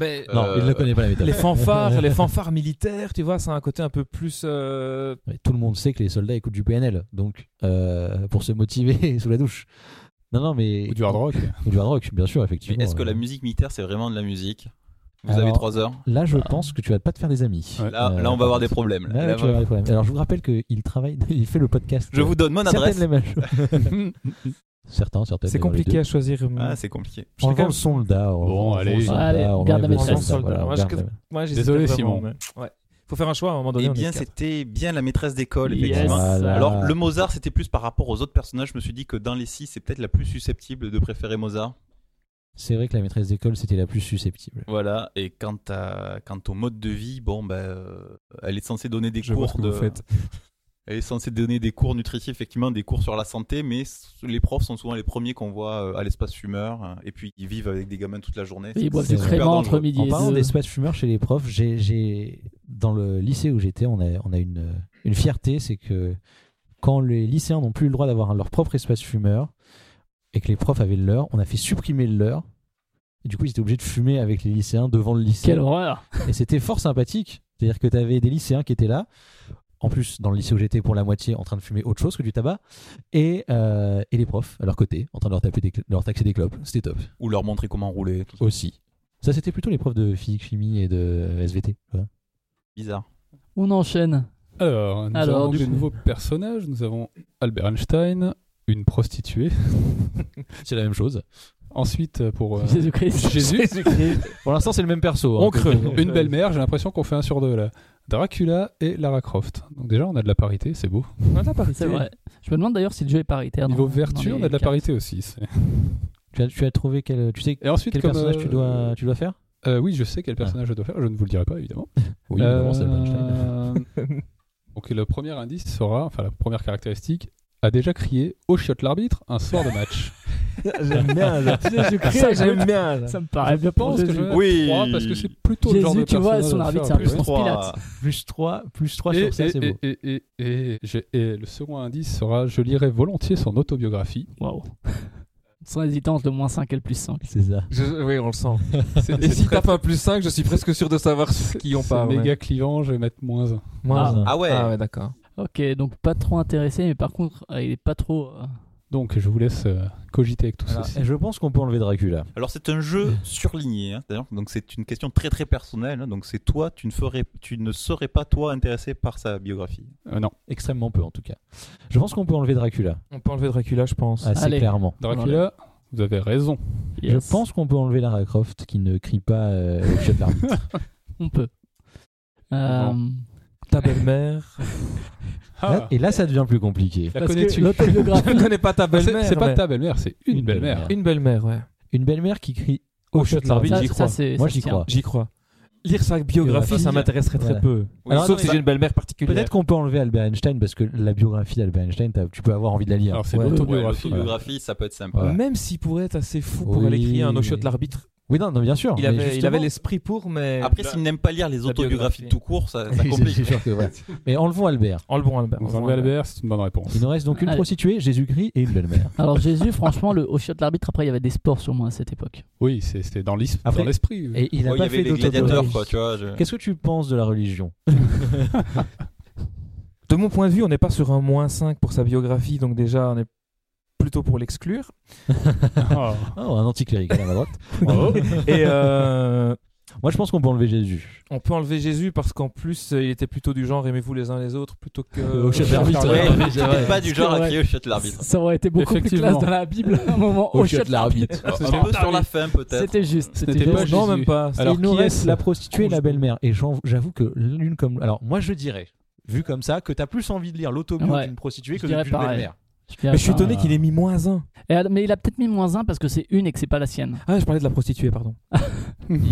Speaker 5: mais-
Speaker 1: Non, il ne
Speaker 2: Euh,
Speaker 1: connaît pas la métaphore.
Speaker 5: Les fanfares,
Speaker 3: [laughs]
Speaker 5: les fanfares militaires, tu vois, ça a un côté un peu plus. euh,
Speaker 1: Mais tout le monde sait que les soldats écoutent du PNL, donc euh, pour se motiver [laughs] sous la douche. Non, non, mais
Speaker 3: Ou du hard rock.
Speaker 1: ou du hard rock, bien sûr, effectivement.
Speaker 2: Mais est-ce que la
Speaker 1: Euh,
Speaker 2: musique militaire, c'est vraiment de la musique Vous
Speaker 1: Alors-
Speaker 2: avez trois heures.
Speaker 1: Euh, Là, je pense que tu vas pas te faire des amis.
Speaker 3: Ouais.
Speaker 2: Bah. Là,
Speaker 1: Euh,
Speaker 2: là, on va avoir des problèmes. là.
Speaker 1: Là,
Speaker 2: Là,
Speaker 1: tu vas
Speaker 2: va-
Speaker 1: avoir des problèmes. Alors, je vous rappelle qu'il travaille, [laughs] il fait le podcast.
Speaker 2: Je vous donne mon adresse.
Speaker 1: certaines les
Speaker 2: [laughs]
Speaker 1: mêmes choses. certains, certaines. d'ailleurs,
Speaker 5: C'est
Speaker 1: les
Speaker 5: compliqué
Speaker 1: deux.
Speaker 5: à choisir. mais-
Speaker 2: Ah, c'est compliqué.
Speaker 5: Je fais
Speaker 1: Enlevons
Speaker 5: quand
Speaker 1: le soldat. enlevons le
Speaker 3: allez.
Speaker 1: soldat,
Speaker 4: Allez,
Speaker 1: on
Speaker 4: garde la
Speaker 1: enlève le
Speaker 4: maîtresse.
Speaker 1: soldat,
Speaker 5: Soldat.
Speaker 1: voilà, on
Speaker 5: Moi, je-
Speaker 1: garde la-
Speaker 5: même- moi, j'hésitais
Speaker 3: Désolé,
Speaker 5: vraiment,
Speaker 3: Simon.
Speaker 5: mais- Ouais. Faut faire un choix à un moment donné.
Speaker 2: Eh
Speaker 5: on est
Speaker 2: bien,
Speaker 5: quatre.
Speaker 2: c'était bien la maîtresse d'école,
Speaker 4: Yes.
Speaker 2: effectivement.
Speaker 5: Bah,
Speaker 1: Voilà.
Speaker 2: Alors, le Mozart, c'était plus par rapport aux autres personnages. Je me suis dit que dans les six, c'est peut-être la plus susceptible de préférer Mozart.
Speaker 1: C'est vrai que la maîtresse d'école, c'était la plus susceptible.
Speaker 2: Voilà. Et quant, à, quant au mode de vie, bon, bah, euh, elle est censée donner des
Speaker 5: Je vois
Speaker 2: cours
Speaker 5: ce que
Speaker 2: de.
Speaker 5: vous faites.
Speaker 2: Elle est censée donner des cours nutritifs, effectivement, des cours sur la santé, mais s- les profs sont souvent les premiers qu'on voit euh, à l'espace fumeur, hein, et puis ils vivent avec des gamins toute la journée.
Speaker 4: Ils
Speaker 2: C'est-
Speaker 4: boivent
Speaker 2: c'est
Speaker 4: du
Speaker 1: super
Speaker 4: crément entre
Speaker 2: dangereux.
Speaker 4: midi
Speaker 1: En
Speaker 4: et
Speaker 1: parlant
Speaker 4: deux.
Speaker 1: d'espace fumeur chez les profs, j'ai, j'ai- dans le lycée où j'étais, on a, on a une, une fierté, c'est que quand les lycéens n'ont plus le droit d'avoir leur propre espace fumeur et que les profs avaient le leur, on a fait supprimer le leur. Et du coup, ils étaient obligés de fumer avec les lycéens devant le lycée.
Speaker 4: Quelle horreur
Speaker 1: Et c'était fort sympathique. C'est-à-dire que tu avais des lycéens qui étaient là. En plus, dans le lycée où j'étais, pour la moitié, en train de fumer autre chose que du tabac. Et, euh, et les profs, à leur côté, en train de leur, taper des cl- leur taxer des clopes. C'était top.
Speaker 2: Ou leur montrer comment rouler, tout ça.
Speaker 1: Aussi. Ça, c'était plutôt les profs de physique, chimie et de SVT. quoi.
Speaker 2: Bizarre.
Speaker 4: On enchaîne.
Speaker 3: Alors, nous
Speaker 4: Alors,
Speaker 3: avons
Speaker 4: du
Speaker 3: des
Speaker 4: coup-
Speaker 3: nouveaux personnages. Nous avons Albert Einstein, une prostituée.
Speaker 1: C'est la même chose.
Speaker 3: Ensuite,
Speaker 4: [laughs]
Speaker 3: pour euh,
Speaker 4: Jésus-Christ.
Speaker 3: Jésus,
Speaker 5: [laughs]
Speaker 1: Pour l'instant, c'est le même perso.
Speaker 3: on
Speaker 1: hein.
Speaker 3: creuse. Une belle-mère, j'ai l'impression qu'on fait un sur deux là. Dracula et Lara Croft. Donc déjà, on a de la parité, c'est beau.
Speaker 5: On a de la parité.
Speaker 4: C'est vrai. [laughs] Je me demande d'ailleurs si le jeu est paritaire.
Speaker 3: Niveau
Speaker 4: dans-
Speaker 3: vertu,
Speaker 4: dans
Speaker 3: on
Speaker 4: les
Speaker 3: a de la
Speaker 4: cartes.
Speaker 3: parité aussi. c'est-
Speaker 1: Tu as, tu as trouvé quel. Tu sais
Speaker 3: Et ensuite,
Speaker 1: quel
Speaker 3: comme,
Speaker 1: personnage
Speaker 3: euh,
Speaker 1: tu, dois, tu dois faire
Speaker 3: euh, oui, je sais quel personnage je dois faire. Je ne vous le dirai pas, évidemment.
Speaker 1: Oui,
Speaker 3: Euh,
Speaker 1: évidemment, c'est Albert Einstein.
Speaker 3: Donc le premier indice sera, enfin la première caractéristique, a déjà crié au chiotte l'arbitre un soir de match.
Speaker 1: J'aime [laughs] bien.
Speaker 4: Jésus-Christ,
Speaker 5: Ça, j'aime bien. là.
Speaker 4: Ça me paraît bien pour
Speaker 3: pense que
Speaker 4: Jésus.
Speaker 3: je-
Speaker 2: Oui.
Speaker 3: Trois, parce que c'est plutôt le genre
Speaker 4: Jésus,
Speaker 3: de
Speaker 4: tu vois,
Speaker 3: personnage
Speaker 4: son
Speaker 3: à
Speaker 4: arbitre, c'est
Speaker 3: faire.
Speaker 4: un peu
Speaker 2: Plus
Speaker 4: Ponce
Speaker 2: trois.
Speaker 5: euh,
Speaker 4: Pilate.
Speaker 1: Plus 3, plus 3
Speaker 3: Et,
Speaker 1: sur ça,
Speaker 3: et-
Speaker 1: c'est beau.
Speaker 3: et- et- et- et- j'ai- et le second indice sera je lirai volontiers son autobiographie.
Speaker 4: Waouh. Sans hésitance, le moins 5 et le plus 5.
Speaker 1: C'est ça.
Speaker 5: Je- Oui, on le sent.
Speaker 3: C'est-
Speaker 5: Et
Speaker 3: c'est
Speaker 5: si
Speaker 3: très-
Speaker 5: tapes un plus 5, je suis presque sûr de savoir ceux qui y ont
Speaker 3: c'est
Speaker 5: pas. ouais.
Speaker 3: méga clivant, je vais mettre moins un.
Speaker 5: Moins
Speaker 1: Ah.
Speaker 5: un.
Speaker 2: Ah ouais.
Speaker 5: Ah ouais, d'accord.
Speaker 4: Ok, donc pas trop intéressé, mais par contre, euh, il est pas trop. euh,
Speaker 3: Donc je vous laisse euh, cogiter avec tout
Speaker 1: Alors,
Speaker 3: ceci.
Speaker 1: je pense qu'on peut enlever Dracula.
Speaker 2: Alors c'est un jeu
Speaker 1: Mm.
Speaker 2: surligné, hein, d'ailleurs. donc c'est une question très très personnelle. hein. donc c'est toi, tu ne ferais, tu ne serais pas toi intéressé par sa biographie.
Speaker 3: Euh, non,
Speaker 1: Extrêmement peu en tout cas. Je pense qu'on peut enlever Dracula
Speaker 5: On peut enlever Dracula, je pense.
Speaker 1: assez
Speaker 4: Allez.
Speaker 1: Ah, clairement.
Speaker 3: Dracula, vous avez raison.
Speaker 4: Yes.
Speaker 1: Je pense qu'on peut enlever Lara Croft qui ne crie pas euh, au chef de [laughs] l'arbitre.
Speaker 4: On peut. Euh,
Speaker 5: Ta belle-mère.
Speaker 1: Là- Et là, ça devient plus compliqué.
Speaker 3: La
Speaker 4: parce que
Speaker 3: connais-tu
Speaker 5: [laughs] [laughs] Je
Speaker 4: l'autobiographie.
Speaker 5: ne connais pas ta
Speaker 3: Ah, c'est-
Speaker 5: belle-mère.
Speaker 3: C'est pas
Speaker 5: mais-
Speaker 3: ta belle-mère, c'est une,
Speaker 1: Une
Speaker 3: belle-mère.
Speaker 1: belle-mère.
Speaker 5: Une belle-mère, Oh, ouais.
Speaker 1: Une belle-mère qui crie
Speaker 5: Au
Speaker 1: au
Speaker 5: chef
Speaker 1: chef
Speaker 5: de
Speaker 1: de
Speaker 5: l'arbitre,
Speaker 1: l'arbitre.
Speaker 4: ça,
Speaker 5: j'y
Speaker 4: ça,
Speaker 5: crois.
Speaker 4: c'est-
Speaker 1: Moi,
Speaker 4: ça
Speaker 1: j'y
Speaker 4: tient.
Speaker 1: crois.
Speaker 5: J'y crois. Lire sa biographie,
Speaker 1: Biographie,
Speaker 5: ça m'intéresserait
Speaker 1: voilà.
Speaker 5: très peu.
Speaker 1: Alors,
Speaker 5: Sauf
Speaker 1: Ah non,
Speaker 5: si
Speaker 1: mais-
Speaker 5: j'ai une belle-mère particulière.
Speaker 1: Peut-être qu'on peut enlever Albert Einstein parce que la biographie d'Albert Einstein, t'as- tu peux avoir envie de la lire.
Speaker 3: Alors, c'est
Speaker 1: Ouais.
Speaker 3: l'autobiographie.
Speaker 1: Ouais.
Speaker 2: L'autobiographie, ça peut être sympa.
Speaker 1: Voilà.
Speaker 5: Même s'il pourrait être assez fou pour
Speaker 1: Oui.
Speaker 5: aller crier un no shot de l'arbitre,
Speaker 1: Oui, non, non, bien sûr.
Speaker 5: il
Speaker 1: mais
Speaker 5: avait, il
Speaker 1: justement-
Speaker 5: avait l'esprit pour, mais Bah,
Speaker 2: Après, s'il n'aime pas lire les
Speaker 5: la
Speaker 2: autobiographies
Speaker 5: biographie.
Speaker 2: tout court, ça,
Speaker 1: [laughs]
Speaker 2: ça
Speaker 1: Oui, c'est- c'est
Speaker 2: complique.
Speaker 1: sûr que,
Speaker 3: [laughs]
Speaker 1: voilà. Mais enlevons Albert.
Speaker 5: en le bon Albert.
Speaker 3: Donc, enlever Albert, c'est une bonne réponse.
Speaker 1: Il nous reste donc une
Speaker 4: Allez.
Speaker 1: prostituée, Jésus-Christ et une belle-mère.
Speaker 4: Alors Jésus, franchement, le au chiotte l'arbitre, après il y avait des sports sur moi à cette époque.
Speaker 3: Oui, c'est c'est dans l'is-
Speaker 1: Après-
Speaker 3: dans l'esprit. [laughs]
Speaker 1: Et il n'a
Speaker 2: Bon, Oh, il y
Speaker 1: pas
Speaker 2: avait
Speaker 1: fait
Speaker 2: les gladiateurs, quoi,
Speaker 1: d'autobiographie.
Speaker 2: tu vois. je-
Speaker 1: Qu'est-ce que tu penses de la religion
Speaker 5: De mon point de vue, on n'est pas sur un moins 5 pour sa biographie, donc déjà, on est plutôt pour l'exclure.
Speaker 3: Oh.
Speaker 1: Oh, un anticlérical à la droite.
Speaker 3: Bravo.
Speaker 5: Et euh,
Speaker 1: Moi, je pense qu'on peut enlever Jésus.
Speaker 5: on peut enlever Jésus parce qu'en plus, euh, il était plutôt du genre aimez-vous les uns les autres plutôt [laughs] que.
Speaker 1: Au chef de l'arbitre.
Speaker 2: Ouais,
Speaker 1: Ouais, [laughs]
Speaker 2: mais t'es pas du genre à crier au chiotte l'arbitre.
Speaker 4: Ça aurait été beaucoup plus
Speaker 3: Effectivement.
Speaker 4: classe dans la Bible à un moment.
Speaker 1: Au
Speaker 4: Au
Speaker 1: chiotte
Speaker 4: chiotte l'arbitre.
Speaker 1: Ah,
Speaker 2: Un peu sur la fin, peut-être.
Speaker 4: C'était juste.
Speaker 3: Ah, Ce
Speaker 4: c'était
Speaker 3: n'était pas
Speaker 4: juste.
Speaker 5: Non,
Speaker 3: Jésus.
Speaker 5: même pas.
Speaker 3: Alors,
Speaker 1: il nous
Speaker 3: qui
Speaker 1: reste
Speaker 3: est-ce
Speaker 1: la prostituée et
Speaker 3: Rouge.
Speaker 1: la belle-mère. Et j'en- j'avoue que l'une comme. Alors, moi, je dirais, vu comme ça, que t'as plus envie de lire l'autobiographie
Speaker 4: Ouais.
Speaker 1: d'une prostituée
Speaker 4: Je
Speaker 1: que d'une
Speaker 4: dirais pareil.
Speaker 1: belle-mère.
Speaker 4: dirais
Speaker 5: Mais je suis
Speaker 4: pas.
Speaker 5: étonné qu'il ait mis moins 1.
Speaker 4: Et alors- mais il a peut-être mis moins un parce que c'est une et que c'est pas la sienne.
Speaker 5: Ah, je parlais de la prostituée, pardon. [laughs]
Speaker 2: Mm.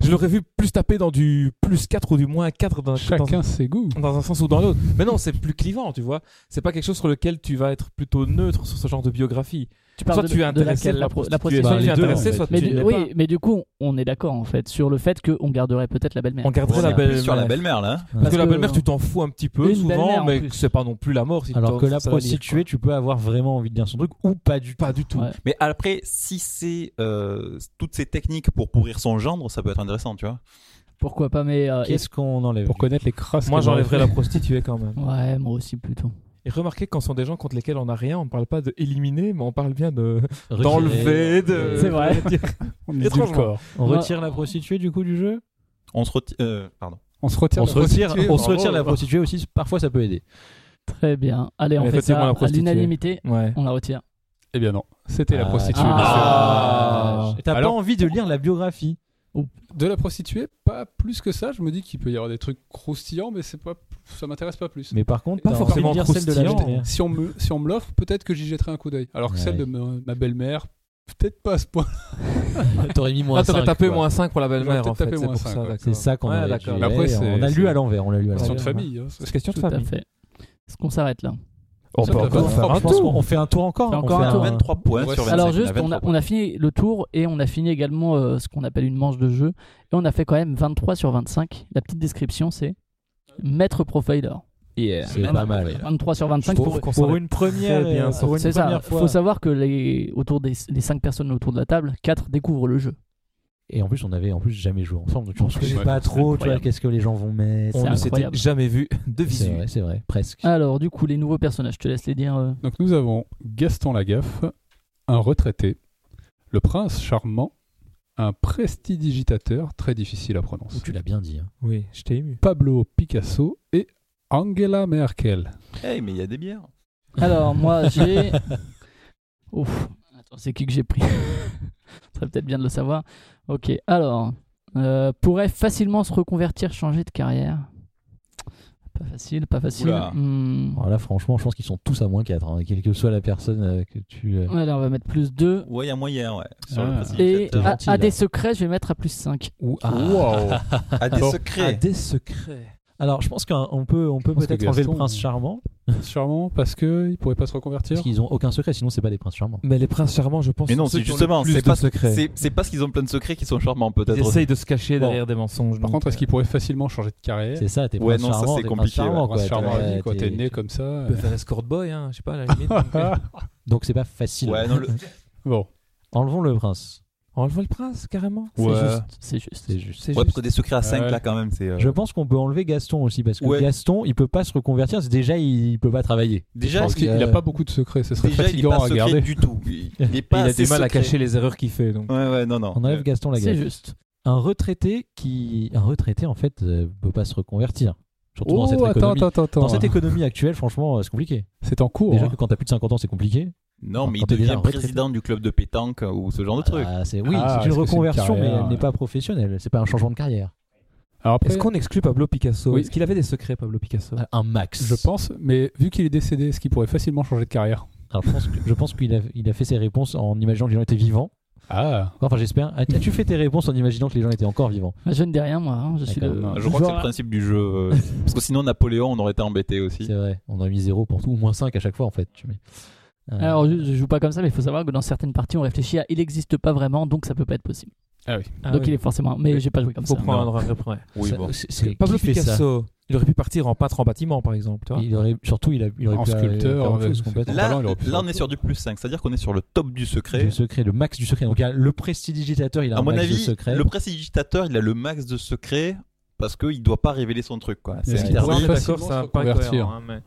Speaker 5: je l'aurais vu plus taper dans du plus 4 ou du moins 4 dans, dans,
Speaker 3: Chacun ses goûts.
Speaker 5: dans un sens ou dans l'autre. Mais non, c'est plus clivant, tu vois. C'est pas quelque chose sur lequel tu vas être plutôt neutre sur ce genre de biographie.
Speaker 4: Tu
Speaker 5: Soit
Speaker 4: de,
Speaker 5: tu es
Speaker 4: de
Speaker 5: intéressé
Speaker 4: laquelle, la,
Speaker 5: par la
Speaker 4: pro- la prostituée.
Speaker 5: prostituée, soit
Speaker 1: Bah,
Speaker 5: tu
Speaker 1: les
Speaker 5: es
Speaker 1: deux,
Speaker 5: intéressé,
Speaker 3: hein.
Speaker 1: en fait.
Speaker 5: soit tu
Speaker 4: Mais
Speaker 5: ne
Speaker 4: du,
Speaker 5: l'es
Speaker 4: oui,
Speaker 5: pas.
Speaker 4: mais du coup, on est d'accord en fait sur le fait qu'on garderait peut-être la belle-mère.
Speaker 5: On garderait
Speaker 2: On
Speaker 5: la
Speaker 2: est plus sur la belle-mère,
Speaker 5: belle-mère.
Speaker 2: là. hein.
Speaker 5: Parce que la
Speaker 4: que-
Speaker 5: belle-mère, tu t'en fous un petit peu
Speaker 4: Une belle-mère,
Speaker 5: souvent,
Speaker 4: en
Speaker 5: mais
Speaker 4: plus.
Speaker 5: c'est pas non plus la mort. Si tu
Speaker 1: Alors
Speaker 5: t'en-
Speaker 1: que la
Speaker 5: ça va lire,
Speaker 1: prostituée, tu peux avoir vraiment envie de lire son truc ou pas du tout. Pas du tout.
Speaker 4: Ouais.
Speaker 2: Mais après, si c'est euh, toutes ces techniques pour pourrir son gendre, ça peut être intéressant, tu vois.
Speaker 4: Pourquoi pas mais euh,
Speaker 1: Qu'est-ce qu'on enlève
Speaker 3: Pour connaître les crasses.
Speaker 5: quoi. Moi,
Speaker 3: que j'aurais
Speaker 5: j'enlèverais
Speaker 3: fait.
Speaker 5: la prostituée quand même.
Speaker 4: Ouais, moi aussi plutôt.
Speaker 5: Et remarquez, quand ce sont des gens contre lesquels on n'a rien, on parle pas de éliminer, mais on parle bien de
Speaker 1: Retirer-
Speaker 5: d'enlever, de.
Speaker 4: C'est vrai.
Speaker 5: [laughs]
Speaker 3: On étrange
Speaker 5: Étrangement.
Speaker 3: corps.
Speaker 1: On retire la prostituée du coup du jeu
Speaker 2: On se retire. euh, pardon.
Speaker 3: On se retire.
Speaker 1: On
Speaker 3: la
Speaker 1: se retire,
Speaker 3: prostituée,
Speaker 1: on se
Speaker 3: bravo.
Speaker 1: retire la prostituée aussi, parfois ça peut aider.
Speaker 4: Très bien. Allez, on
Speaker 5: Mais
Speaker 4: fait
Speaker 5: faites-moi la
Speaker 4: ça à
Speaker 5: prostituée.
Speaker 4: l'unanimité.
Speaker 5: Ouais.
Speaker 4: On la retire.
Speaker 3: Eh bien non, c'était la
Speaker 1: Ah.
Speaker 3: prostituée.
Speaker 1: Ah.
Speaker 5: monsieur.
Speaker 1: Et T'as pas
Speaker 3: Alors-
Speaker 1: envie de lire la biographie
Speaker 3: De la prostituée, pas plus que ça. Je me dis qu'il peut y avoir des trucs croustillants, mais c'est pas, ça m'intéresse pas plus.
Speaker 1: Mais par contre,
Speaker 5: Pas
Speaker 1: t'as envie
Speaker 5: forcément
Speaker 1: de lire celle de la
Speaker 3: [laughs]
Speaker 5: croustillant.
Speaker 1: belle-mère.
Speaker 3: Si on me, si on me l'offre, peut-être que j'y jetterai un coup d'œil. Alors que
Speaker 1: Ouais.
Speaker 3: celle de ma, ma belle-mère, peut-être pas à ce point.
Speaker 1: [laughs] T'aurais mis moins
Speaker 5: Ah, t'aurais
Speaker 1: cinq,
Speaker 5: tapé
Speaker 1: quoi.
Speaker 5: moins 5 pour la belle-mère,
Speaker 3: J'aurais
Speaker 5: en fait.
Speaker 3: tapé
Speaker 5: C'est
Speaker 3: moins
Speaker 5: pour
Speaker 3: cinq,
Speaker 5: ça,
Speaker 3: ouais.
Speaker 5: d'accord.
Speaker 1: C'est ça qu'on
Speaker 5: Ouais,
Speaker 1: avait
Speaker 5: d'accord.
Speaker 1: dit.
Speaker 3: Mais après,
Speaker 1: Ouais,
Speaker 3: c'est-
Speaker 1: on a lu
Speaker 3: c'est-
Speaker 1: à l'envers, on l'a lu à
Speaker 5: Question
Speaker 3: Question
Speaker 1: l'envers.
Speaker 3: de famille. hein.
Speaker 5: C'est question de
Speaker 4: Tout
Speaker 5: famille.
Speaker 4: à fait. Est-ce qu'on s'arrête là
Speaker 5: On
Speaker 3: Ça,
Speaker 5: peut
Speaker 3: ça
Speaker 5: encore
Speaker 3: va.
Speaker 5: faire
Speaker 1: Je
Speaker 5: un
Speaker 1: pense qu'on
Speaker 5: tour.
Speaker 1: on fait un tour encore.
Speaker 4: Fait
Speaker 1: on
Speaker 4: encore
Speaker 1: fait
Speaker 4: un tour.
Speaker 2: 23 points
Speaker 3: Ouais,
Speaker 2: sur
Speaker 5: Bah,
Speaker 2: 25.
Speaker 3: c'est-
Speaker 4: Alors
Speaker 2: il
Speaker 4: juste,
Speaker 2: y a
Speaker 4: on a,
Speaker 2: 23
Speaker 4: on a fini le tour et on a fini également euh, ce qu'on appelle une manche de jeu. Et on a fait quand même 23 sur 25. La petite description, c'est maître profiler.
Speaker 1: C'est pas mal.
Speaker 4: 23 sur 25
Speaker 5: trouve
Speaker 4: pour...
Speaker 5: qu'on s'en
Speaker 1: Pour
Speaker 5: est
Speaker 1: une première,
Speaker 5: bien
Speaker 1: euh,
Speaker 5: sorti.
Speaker 1: pour une
Speaker 4: C'est ça,
Speaker 1: première
Speaker 4: faut
Speaker 1: fois.
Speaker 4: savoir que les, autour des, les 5 personnes autour de la table, 4 découvrent le jeu.
Speaker 1: Et en plus, on avait en plus jamais joué ensemble. Donc,
Speaker 4: En
Speaker 1: je
Speaker 4: plus,
Speaker 1: sais
Speaker 3: ouais.
Speaker 1: pas trop, tu vois,
Speaker 4: Incroyable.
Speaker 1: qu'est-ce que les gens vont mettre.
Speaker 5: On
Speaker 4: C'est
Speaker 5: ne s'était
Speaker 4: incroyable.
Speaker 5: jamais vu de
Speaker 1: C'est
Speaker 5: visu.
Speaker 1: vrai, c'est vrai, presque.
Speaker 4: Alors du coup, les nouveaux personnages, je te laisse les dire. euh.
Speaker 3: Donc nous avons Gaston Lagaffe, un retraité, le prince charmant, un prestidigitateur très difficile à
Speaker 1: Ou
Speaker 3: prononcer,
Speaker 1: tu l'as bien dit. hein.
Speaker 5: Oui, je t'ai ému.
Speaker 3: Pablo Picasso et Angela
Speaker 1: [laughs]
Speaker 3: Merkel.
Speaker 2: points. Eh, mais il y a des bières.
Speaker 4: Alors moi, j'ai... Ouf, attends, c'est qui que j'ai pris [laughs] Ça serait peut-être bien de le savoir. Ok, alors, euh, pourrait facilement se reconvertir, changer de carrière Pas facile, pas facile.
Speaker 2: Oula.
Speaker 4: Hmm.
Speaker 1: Alors là, franchement, je pense qu'ils sont tous à moins 4. Quelle que soit la personne euh, que tu. euh,
Speaker 4: Allez, on va mettre plus 2.
Speaker 2: Ouais, il y a moyen, ouais. Sur
Speaker 3: Ah.
Speaker 2: le
Speaker 4: Et
Speaker 2: facilitateur.
Speaker 1: T'es
Speaker 4: à,
Speaker 1: gentil,
Speaker 4: à
Speaker 1: là.
Speaker 4: des secrets, je vais mettre à plus 5.
Speaker 1: ou- ah.
Speaker 3: Wow.
Speaker 2: À des
Speaker 3: Bon.
Speaker 5: Ah,
Speaker 2: secrets.
Speaker 5: des secrets.
Speaker 1: Alors, je pense qu'on peut, on peut
Speaker 3: pense que
Speaker 1: peut-être enlever
Speaker 3: Gaston-
Speaker 1: le prince charmant.
Speaker 3: Charmant parce que il pourrait pas se reconvertir.
Speaker 1: Parce qu'ils ont aucun secret, sinon c'est pas des princes charmants.
Speaker 5: Mais les princes charmants, je pense.
Speaker 2: Mais non,
Speaker 5: sont
Speaker 2: c'est
Speaker 5: ceux qui ont
Speaker 2: justement,
Speaker 5: le plus
Speaker 2: c'est
Speaker 5: de
Speaker 2: pas-
Speaker 5: secrets.
Speaker 2: C'est c'est parce qu'ils ont plein de secrets qu'ils sont charmants,
Speaker 5: Ils
Speaker 2: peut-être.
Speaker 5: essayent de se cacher
Speaker 3: Bon.
Speaker 5: derrière des mensonges.
Speaker 3: Par
Speaker 5: donc,
Speaker 3: contre, est-ce
Speaker 5: euh,
Speaker 3: qu'il pourrait facilement changer de carrière
Speaker 1: C'est ça, t'es
Speaker 2: Ouais,
Speaker 1: prince
Speaker 2: non, ça,
Speaker 1: charmant,
Speaker 2: c'est
Speaker 1: t'es prince
Speaker 2: compliqué, ouais.
Speaker 1: charmant,
Speaker 3: Prince
Speaker 1: quoi.
Speaker 3: charmant à
Speaker 1: T'es-
Speaker 3: vie, quoi. T'es
Speaker 1: t'es-
Speaker 3: né comme ça. euh,
Speaker 5: Tu peux faire escort boy, hein, je sais pas, à [laughs] la limite.
Speaker 3: Ah,
Speaker 1: Donc c'est pas facile.
Speaker 2: Ouais, non, le-
Speaker 3: [laughs] bon.
Speaker 1: Enlevons le prince.
Speaker 5: Enlevons le prince, carrément.
Speaker 2: Ouais.
Speaker 4: C'est juste. C'est juste.
Speaker 1: C'est juste.
Speaker 5: C'est
Speaker 2: Ouais, parce
Speaker 5: juste.
Speaker 2: que des secrets à 5
Speaker 3: Ouais.
Speaker 2: là quand même, c'est. euh,
Speaker 1: Je pense qu'on peut enlever Gaston aussi parce que
Speaker 2: Ouais.
Speaker 1: Gaston, il peut pas se reconvertir. c'est Déjà, il peut pas travailler.
Speaker 3: Je
Speaker 2: Déjà,
Speaker 3: pense qu'il a
Speaker 1: euh,
Speaker 3: pas beaucoup de secrets. Ce serait
Speaker 2: déjà, il est
Speaker 3: fatigant
Speaker 2: pas
Speaker 3: à regarder.
Speaker 2: secret du tout. Il il est
Speaker 5: Il
Speaker 2: pas
Speaker 5: a
Speaker 2: assez
Speaker 5: du mal à
Speaker 2: secret.
Speaker 5: cacher les erreurs qu'il fait, donc.
Speaker 2: Ouais, ouais, non, non.
Speaker 1: On enlève Gaston
Speaker 4: C'est
Speaker 1: Lagaffe.
Speaker 4: juste.
Speaker 1: Un retraité qui, un retraité en fait, euh, peut pas se reconvertir. Surtout dans cette
Speaker 3: Oh, attends,
Speaker 1: économie.
Speaker 3: attends, attends,
Speaker 1: Dans
Speaker 3: attends.
Speaker 1: cette économie actuelle, franchement, euh, c'est compliqué.
Speaker 3: C'est en cours.
Speaker 1: Déjà
Speaker 3: hein.
Speaker 1: que quand t'as plus de 50 ans, c'est compliqué.
Speaker 2: Non,
Speaker 1: Quand
Speaker 2: mais
Speaker 1: t'es
Speaker 2: il devient
Speaker 1: déjà retraité.
Speaker 2: président du club de pétanque ou ce genre de truc.
Speaker 1: Ah, c'est- oui, c'est une
Speaker 3: Ah, est-ce que c'est une
Speaker 1: reconversion, mais
Speaker 3: carrière,
Speaker 1: elle n'est
Speaker 3: euh.
Speaker 1: pas professionnelle. C'est pas un changement de carrière.
Speaker 3: Alors après,
Speaker 5: Est-ce qu'on exclut Pablo Picasso
Speaker 3: Oui.
Speaker 5: Est-ce qu'il avait des secrets, Pablo Picasso
Speaker 1: Un max.
Speaker 3: je pense, mais vu qu'il est décédé, est-ce qu'il pourrait facilement changer de carrière
Speaker 1: Alors, je pense que- je pense qu'il a, il a fait ses réponses en imaginant que les gens étaient vivants.
Speaker 3: Ah,
Speaker 1: Enfin, j'espère. As- As-tu fait tes réponses en imaginant que les gens étaient encore vivants
Speaker 4: Je ne dis rien, moi. hein, Je suis
Speaker 1: D'accord,
Speaker 4: le-
Speaker 3: non.
Speaker 2: Je crois que c'est le
Speaker 4: Genre-
Speaker 2: principe du jeu. euh, Parce que sinon, Napoléon, on aurait été embêté aussi.
Speaker 1: C'est vrai. On a mis zéro pour tout, ou moins 5 à chaque fois, en fait. Tu mets. Euh,
Speaker 4: Alors, je, je joue pas comme ça, mais il faut savoir que dans certaines parties, on réfléchit à il n'existe pas vraiment, donc ça peut pas être possible.
Speaker 3: ah oui.
Speaker 5: Ah
Speaker 4: donc
Speaker 5: oui.
Speaker 4: il est forcément. Mais
Speaker 5: Oui.
Speaker 4: j'ai pas joué comme
Speaker 5: Faut
Speaker 4: ça.
Speaker 5: prendre un vrai- ouais.
Speaker 2: Oui,
Speaker 1: ça-
Speaker 2: bon.
Speaker 1: c'est- c'est-
Speaker 5: Pablo
Speaker 1: qui fait ça
Speaker 5: Picasso, il aurait pu partir en peintre en bâtiment, par exemple. Tu vois
Speaker 1: Il aurait, surtout, il, a, il aurait
Speaker 3: En
Speaker 1: pu faire-
Speaker 3: sculpteur,
Speaker 1: faire autre
Speaker 3: euh,
Speaker 1: chose
Speaker 3: c'est-
Speaker 1: complètement.
Speaker 3: Talent,
Speaker 2: Là,
Speaker 3: il aurait pu
Speaker 2: là,
Speaker 3: faire
Speaker 2: on
Speaker 3: un
Speaker 2: est
Speaker 3: peu.
Speaker 2: sur du plus 5, c'est-à-dire qu'on est sur le top du secret.
Speaker 1: Le secret, le max du secret. Donc, il y a le prestidigitateur, il a
Speaker 2: À
Speaker 1: un
Speaker 2: mon
Speaker 1: max de
Speaker 2: avis,
Speaker 1: secret.
Speaker 2: le prestidigitateur, il a le max de secret parce qu'il ne doit pas révéler son truc. Quoi.
Speaker 3: Mais
Speaker 2: C'est
Speaker 3: ce
Speaker 2: interdit.
Speaker 3: qu'il pourrait
Speaker 5: Ouais,
Speaker 3: facilement
Speaker 5: d'accord,
Speaker 3: se
Speaker 5: ça va pas
Speaker 3: reconvertir.
Speaker 5: cohérent, hein, mais-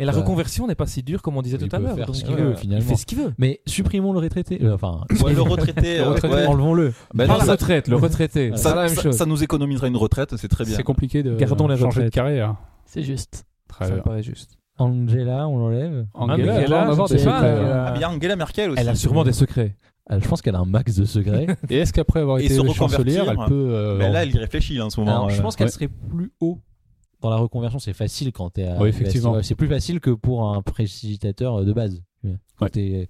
Speaker 5: Et la
Speaker 1: Ouais.
Speaker 5: reconversion n'est pas si dure comme on disait
Speaker 1: Il
Speaker 5: tout à
Speaker 1: peut
Speaker 5: l'heure.
Speaker 1: faire
Speaker 5: donc,
Speaker 1: ce qu'il
Speaker 5: euh,
Speaker 1: veut,
Speaker 5: Il
Speaker 1: finalement.
Speaker 5: fait ce qu'il veut.
Speaker 1: Mais supprimons le retraité. Euh, Enfin,
Speaker 2: Ouais, le
Speaker 5: [laughs]
Speaker 2: retraité, euh,
Speaker 3: retraité.
Speaker 2: ouais.
Speaker 5: Enlevons-le.
Speaker 2: Ben
Speaker 5: Pas
Speaker 2: non,
Speaker 5: la
Speaker 2: ça-
Speaker 5: retraite, le retraité.
Speaker 1: Ça-
Speaker 5: C'est pas la
Speaker 2: ça,
Speaker 5: même
Speaker 2: ça-
Speaker 5: chose.
Speaker 2: ça nous économisera une retraite, c'est très bien.
Speaker 3: c'est compliqué de
Speaker 5: Gardons les
Speaker 3: changer de
Speaker 5: retraites.
Speaker 3: carrière.
Speaker 4: C'est juste.
Speaker 3: Très
Speaker 5: Ça me
Speaker 3: bien.
Speaker 5: paraît juste.
Speaker 1: [laughs] Angela, on l'enlève.
Speaker 3: Angela,
Speaker 5: Ah, Angela,
Speaker 3: elle doit en avoir
Speaker 5: je
Speaker 3: des
Speaker 5: sais pas,
Speaker 3: secrets.
Speaker 5: euh,
Speaker 3: hein.
Speaker 2: Ah, mais il y a Angela Merkel aussi.
Speaker 5: Elle a sûrement des secrets.
Speaker 1: Euh, Je pense qu'elle a un max de
Speaker 2: [laughs]
Speaker 1: secrets.
Speaker 3: Et est-ce qu'après avoir
Speaker 2: Et
Speaker 3: été
Speaker 2: se reconvertir,
Speaker 3: chancelière, elle peut. euh,
Speaker 2: Mais là, elle y réfléchit là, en ce moment.
Speaker 1: Alors, je
Speaker 2: euh.
Speaker 1: pense qu'elle
Speaker 3: ouais.
Speaker 1: serait plus haut. Dans la reconversion, c'est facile quand t'es à.
Speaker 3: Ouais, effectivement.
Speaker 1: ouais, C'est plus facile que pour un précipitateur de base. Quand
Speaker 3: Ouais.
Speaker 1: t'es-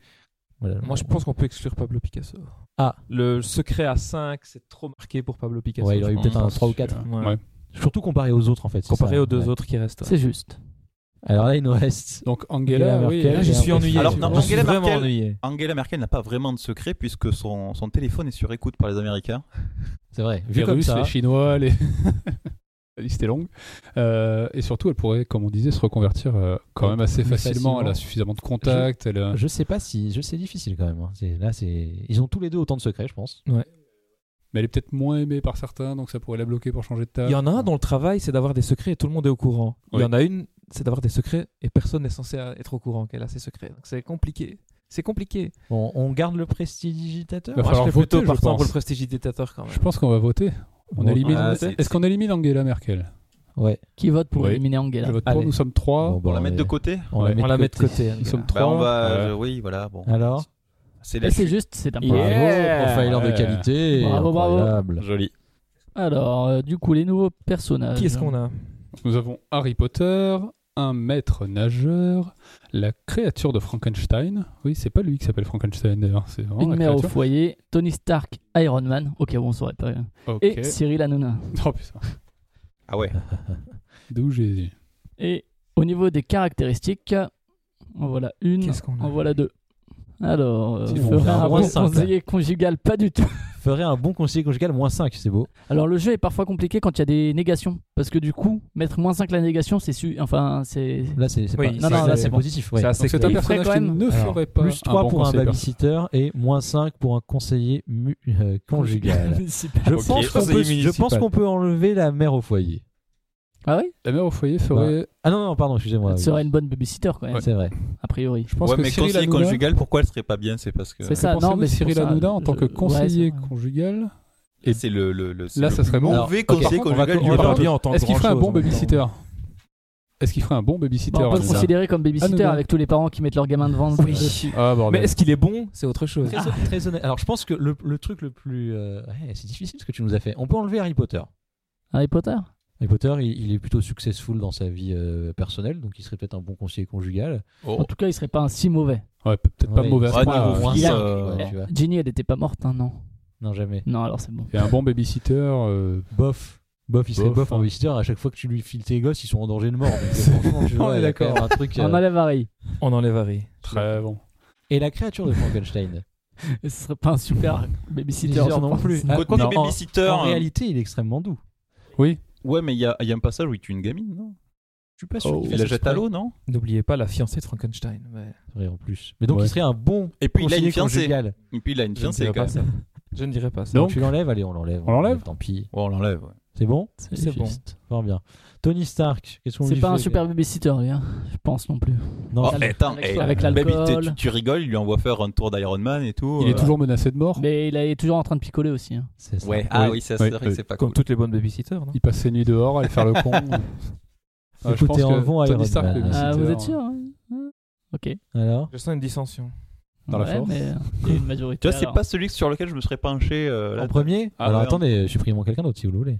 Speaker 1: voilà.
Speaker 5: Moi, je pense qu'on peut exclure Pablo Picasso.
Speaker 1: Ah.
Speaker 5: Le secret à 5, c'est trop marqué pour Pablo Picasso.
Speaker 1: Ouais, il aurait eu
Speaker 2: je
Speaker 1: peut-être
Speaker 2: pense.
Speaker 1: un 3 ou 4.
Speaker 3: Ouais.
Speaker 5: Ouais.
Speaker 1: Surtout comparé aux autres, en fait. c'est
Speaker 5: Comparé
Speaker 1: ça,
Speaker 5: aux deux
Speaker 1: ouais.
Speaker 5: autres qui restent.
Speaker 4: C'est juste.
Speaker 1: Alors là, il nous reste.
Speaker 3: Donc Angela,
Speaker 1: Angela
Speaker 3: oui.
Speaker 1: Merkel,
Speaker 3: elle-
Speaker 5: Là, je
Speaker 1: j'ai
Speaker 5: suis
Speaker 1: l'impression-
Speaker 5: ennuyé.
Speaker 2: Alors, non,
Speaker 5: je suis
Speaker 2: Angela
Speaker 5: vraiment
Speaker 2: Merkel-
Speaker 5: ennuyé.
Speaker 2: Angela Merkel n'a pas vraiment de secret puisque son, son téléphone est sur écoute par les Américains.
Speaker 1: C'est vrai. Vu
Speaker 3: les
Speaker 1: comme
Speaker 3: Russes,
Speaker 1: ça.
Speaker 3: les Chinois, les. [laughs] La liste est longue. Euh, et surtout, elle pourrait, comme on disait, se reconvertir euh, quand
Speaker 1: Oui,
Speaker 3: même assez
Speaker 1: plus
Speaker 3: facilement.
Speaker 1: facilement.
Speaker 3: Elle a suffisamment de contacts. Elle, a-
Speaker 1: Je sais pas si. je- C'est difficile quand même. hein. C'est- Là, c'est. Ils ont tous les deux autant de secrets, je pense.
Speaker 3: Mais elle est peut-être moins aimée par certains, donc ça pourrait la bloquer pour changer de table.
Speaker 5: Il y en a un dont le travail, c'est d'avoir des secrets et tout le monde est au courant. Il y
Speaker 3: Oui.
Speaker 5: en a une, c'est d'avoir des secrets et personne n'est censé être au courant qu'elle a ses secrets. Donc, c'est compliqué. C'est compliqué.
Speaker 1: Bon, on garde le prestidigitateur.
Speaker 3: Va
Speaker 5: Moi,
Speaker 3: falloir
Speaker 5: je serais plutôt
Speaker 3: voter, je
Speaker 5: partant pour
Speaker 3: pense.
Speaker 5: le prestidigitateur quand même.
Speaker 3: Je pense qu'on va voter. On
Speaker 1: Bon, bah,
Speaker 3: élimine...
Speaker 2: ah, c'est-
Speaker 3: Est-ce qu'on élimine Angela Merkel
Speaker 1: Ouais.
Speaker 4: Qui vote pour
Speaker 3: Oui.
Speaker 4: éliminer
Speaker 3: Je
Speaker 4: Angela
Speaker 3: vote
Speaker 1: Allez.
Speaker 3: pour. Nous sommes trois.
Speaker 1: Bon, bah,
Speaker 2: On la
Speaker 1: on
Speaker 2: mettre
Speaker 1: est-
Speaker 2: de côté
Speaker 1: On la
Speaker 3: Ouais.
Speaker 1: met
Speaker 5: On la
Speaker 1: de
Speaker 5: met de
Speaker 1: côté.
Speaker 5: côté.
Speaker 3: Nous
Speaker 5: Angela.
Speaker 3: sommes
Speaker 2: Bah,
Speaker 3: trois. Euh,
Speaker 2: on va.
Speaker 3: Ouais.
Speaker 2: je- oui, voilà. Bon.
Speaker 1: Alors.
Speaker 2: C'est
Speaker 4: Et
Speaker 2: la
Speaker 4: c'est
Speaker 2: chute.
Speaker 4: juste, c'est un
Speaker 1: Bravo,
Speaker 4: problème.
Speaker 1: profiler de
Speaker 3: Ouais.
Speaker 1: qualité.
Speaker 4: Bravo, bravo.
Speaker 1: incroyable.
Speaker 2: Joli.
Speaker 4: Alors, euh, du coup, les nouveaux personnages.
Speaker 5: Qui est-ce qu'on a
Speaker 3: Nous avons Harry Potter, un maître nageur, la créature de Frankenstein. Oui, c'est pas lui qui s'appelle Frankenstein d'ailleurs, c'est vraiment
Speaker 5: Oh,
Speaker 4: Une
Speaker 3: la
Speaker 4: mère au
Speaker 3: créature.
Speaker 4: foyer, Tony Stark, Iron Man. Ok, bon, on saurait pas.
Speaker 3: Ok.
Speaker 4: Et Cyril Hanouna.
Speaker 3: Oh putain,
Speaker 2: Ah ouais.
Speaker 3: d'où Jésus.
Speaker 4: Et au niveau des caractéristiques, en voilà une,
Speaker 5: Qu'est-ce qu'on a
Speaker 4: en voilà deux. Alors, euh,
Speaker 1: Dis
Speaker 4: on
Speaker 1: donc, on
Speaker 4: ferait
Speaker 1: a
Speaker 4: un
Speaker 1: moins
Speaker 4: bon
Speaker 1: cinq, là.
Speaker 4: conseiller conjugal, pas du tout.
Speaker 1: Ferait un bon conseiller conjugal, moins 5, c'est beau.
Speaker 4: Alors le jeu est parfois compliqué quand il y a des négations, parce que du coup, mettre moins 5 la négation, c'est su... Enfin, c'est...
Speaker 1: Là, c'est c'est
Speaker 5: Oui,
Speaker 1: pas-
Speaker 5: c'est-
Speaker 1: non, non,
Speaker 5: c'est-
Speaker 1: là, c'est
Speaker 5: c'est bon.
Speaker 1: positif. ouais.
Speaker 5: C'est assez
Speaker 3: Donc c'est
Speaker 5: clair.
Speaker 3: un
Speaker 4: Il
Speaker 3: personnage
Speaker 4: ferait
Speaker 3: qui
Speaker 4: quand même-
Speaker 3: ne
Speaker 1: Alors,
Speaker 3: ferait pas
Speaker 1: plus 3
Speaker 3: un bon
Speaker 1: pour un
Speaker 3: conseiller
Speaker 1: babysitter et moins 5 pour un conseiller mu- euh, conjugal. [laughs]
Speaker 4: [laughs]
Speaker 1: Je
Speaker 2: Ok,
Speaker 1: pense qu'on
Speaker 2: conseiller
Speaker 1: peut, je
Speaker 2: municipal.
Speaker 1: pense qu'on peut enlever la mère au foyer.
Speaker 4: Ah oui
Speaker 3: La mère au foyer ferait.
Speaker 1: Ah non, non, pardon, excusez-moi.
Speaker 4: Ça
Speaker 1: oui.
Speaker 4: serait une bonne babysitter quand même,
Speaker 1: C'est vrai.
Speaker 4: a priori.
Speaker 3: Je pense
Speaker 2: ouais,
Speaker 3: que
Speaker 2: mais
Speaker 3: Cyril
Speaker 2: conseiller
Speaker 3: Hanouna.
Speaker 2: conjugal, pourquoi elle serait pas bien C'est parce que.
Speaker 4: C'est ça,
Speaker 3: Pensez-vous
Speaker 4: non, mais c'est
Speaker 3: Cyril
Speaker 4: pour ça,
Speaker 3: Hanouna en tant
Speaker 4: je-
Speaker 3: que
Speaker 4: ouais, c'est
Speaker 3: conseiller
Speaker 4: vrai.
Speaker 3: conjugal.
Speaker 2: Et c'est le, le, le- c'est
Speaker 3: Là,
Speaker 2: le
Speaker 3: ça serait bon.
Speaker 1: Alors,
Speaker 2: mauvais
Speaker 1: ok.
Speaker 2: conseiller
Speaker 3: Par contre, on va-
Speaker 2: conjugal
Speaker 3: on
Speaker 2: du
Speaker 3: va-
Speaker 2: monde.
Speaker 3: on
Speaker 5: en tant
Speaker 3: Est-ce qu'il ferait un
Speaker 5: grand-chose, en
Speaker 3: bon
Speaker 5: même temps.
Speaker 3: babysitter Est-ce qu'il ferait un bon
Speaker 4: Bon,
Speaker 3: babysitter
Speaker 4: on peut le
Speaker 3: Hanouna
Speaker 4: considérer comme babysitter
Speaker 3: Hanouna.
Speaker 4: avec tous les parents qui mettent leurs gamins devant dessus.
Speaker 3: Ah
Speaker 5: Mais
Speaker 3: bordel.
Speaker 5: est-ce qu'il est bon C'est autre chose.
Speaker 1: Très, très honnête. Alors, je pense que le, le truc le plus. euh, ouais, c'est difficile ce que tu nous as fait. On peut enlever Harry Potter.
Speaker 4: Harry Potter
Speaker 1: Harry Potter, il, il est plutôt successful dans sa vie euh, personnelle, donc il serait peut-être un bon conseiller conjugal.
Speaker 4: En tout cas, il serait pas un si mauvais.
Speaker 3: Ouais, peut- peut-être pas
Speaker 1: Ouais,
Speaker 3: mauvais hein. à ce
Speaker 2: Ouais,
Speaker 3: point-là.
Speaker 2: niveau
Speaker 1: moins
Speaker 2: fils,
Speaker 1: cinq,
Speaker 2: euh,
Speaker 1: ouais, tu vois.
Speaker 4: Ginny, elle n'était pas morte, hein, non
Speaker 1: Non, jamais.
Speaker 4: Non, alors c'est bon.
Speaker 3: Et un bon babysitter. euh,
Speaker 1: Bof. Bof, il serait
Speaker 3: Bof,
Speaker 1: bof en
Speaker 3: hein.
Speaker 1: visiteur. À chaque fois que tu lui files tes gosses, ils sont en danger de [laughs] mort. Donc, euh, franchement, tu vois,
Speaker 3: On est
Speaker 1: il y a quand
Speaker 3: d'accord.
Speaker 1: même Un truc,
Speaker 4: On
Speaker 1: euh,
Speaker 4: enlève Harry.
Speaker 5: On enlève Harry.
Speaker 3: Très bon.
Speaker 1: Et la créature de Frankenstein.
Speaker 4: Et ce serait pas un super babysitter,
Speaker 1: Diseur
Speaker 4: je
Speaker 1: non
Speaker 4: pense.
Speaker 1: plus. Ah,
Speaker 2: Côté
Speaker 1: non, en-
Speaker 2: babysitter.
Speaker 1: En
Speaker 2: euh,
Speaker 1: réalité, il est extrêmement doux.
Speaker 3: Oui.
Speaker 2: Ouais, mais il y a, il y a un passage où il tue une gamine, non
Speaker 1: Je suis pas
Speaker 3: sûr Oh, qu'il
Speaker 2: Il la jette à l'eau, non
Speaker 5: N'oubliez pas la fiancée de Frankenstein. mais
Speaker 1: en plus. Mais donc,
Speaker 3: Ouais.
Speaker 1: il serait un bon
Speaker 2: Et puis il a
Speaker 1: conseiller
Speaker 2: une fiancée.
Speaker 1: conjugal.
Speaker 2: Et puis il a une
Speaker 5: Je ne
Speaker 2: fiancée
Speaker 5: dirais
Speaker 2: quand
Speaker 5: pas
Speaker 2: même.
Speaker 5: ça. Je ne dirais pas ça.
Speaker 3: Donc-
Speaker 1: tu l'enlèves Allez, on l'enlève.
Speaker 3: On l'enlève
Speaker 1: Tant pis.
Speaker 2: Ouais, on Oh, l'enlève. ouais.
Speaker 1: C'est bon
Speaker 5: C'est bon.
Speaker 4: juste.
Speaker 1: Fort bien. Tony Stark, qu'est-ce qu'on lui
Speaker 4: C'est pas un
Speaker 1: fait
Speaker 4: super babysitter, lui, hein, je pense non plus.
Speaker 1: Non,
Speaker 2: Oh,
Speaker 4: Avec-
Speaker 2: mais attends,
Speaker 4: avec-
Speaker 2: eh,
Speaker 4: avec
Speaker 2: baby,
Speaker 4: l'alcool.
Speaker 2: tu, tu rigoles, il lui envoie faire un tour d'Iron Man et tout.
Speaker 3: Il est
Speaker 2: euh,
Speaker 3: toujours menacé de mort.
Speaker 4: Mais il est toujours en train de picoler aussi. hein.
Speaker 1: c'est ça.
Speaker 2: Ouais, ah
Speaker 3: Oui.
Speaker 2: oui, ça,
Speaker 3: Oui,
Speaker 2: c'est vrai que
Speaker 3: oui.
Speaker 2: c'est pas
Speaker 5: Comme
Speaker 1: euh,
Speaker 2: cool.
Speaker 5: toutes les bonnes babysitters, non
Speaker 3: Il passe ses nuits dehors à aller faire le
Speaker 4: [laughs]
Speaker 3: con. Ah,
Speaker 1: Écoutez, enlevons Iron Man.
Speaker 3: le
Speaker 1: Ah,
Speaker 4: Ah,
Speaker 3: babysitter,
Speaker 4: vous êtes sûr hein Ok.
Speaker 1: Alors
Speaker 5: Je sens une dissension.
Speaker 3: Dans la
Speaker 4: Ouais,
Speaker 3: force.
Speaker 4: mais il y a une majorité.
Speaker 2: Tu vois, c'est
Speaker 4: alors.
Speaker 2: pas celui sur lequel je me serais penché. euh, là.
Speaker 1: En premier
Speaker 2: Ah
Speaker 1: Alors
Speaker 2: ouais,
Speaker 1: attendez, je suis pris quelqu'un d'autre si vous le voulez.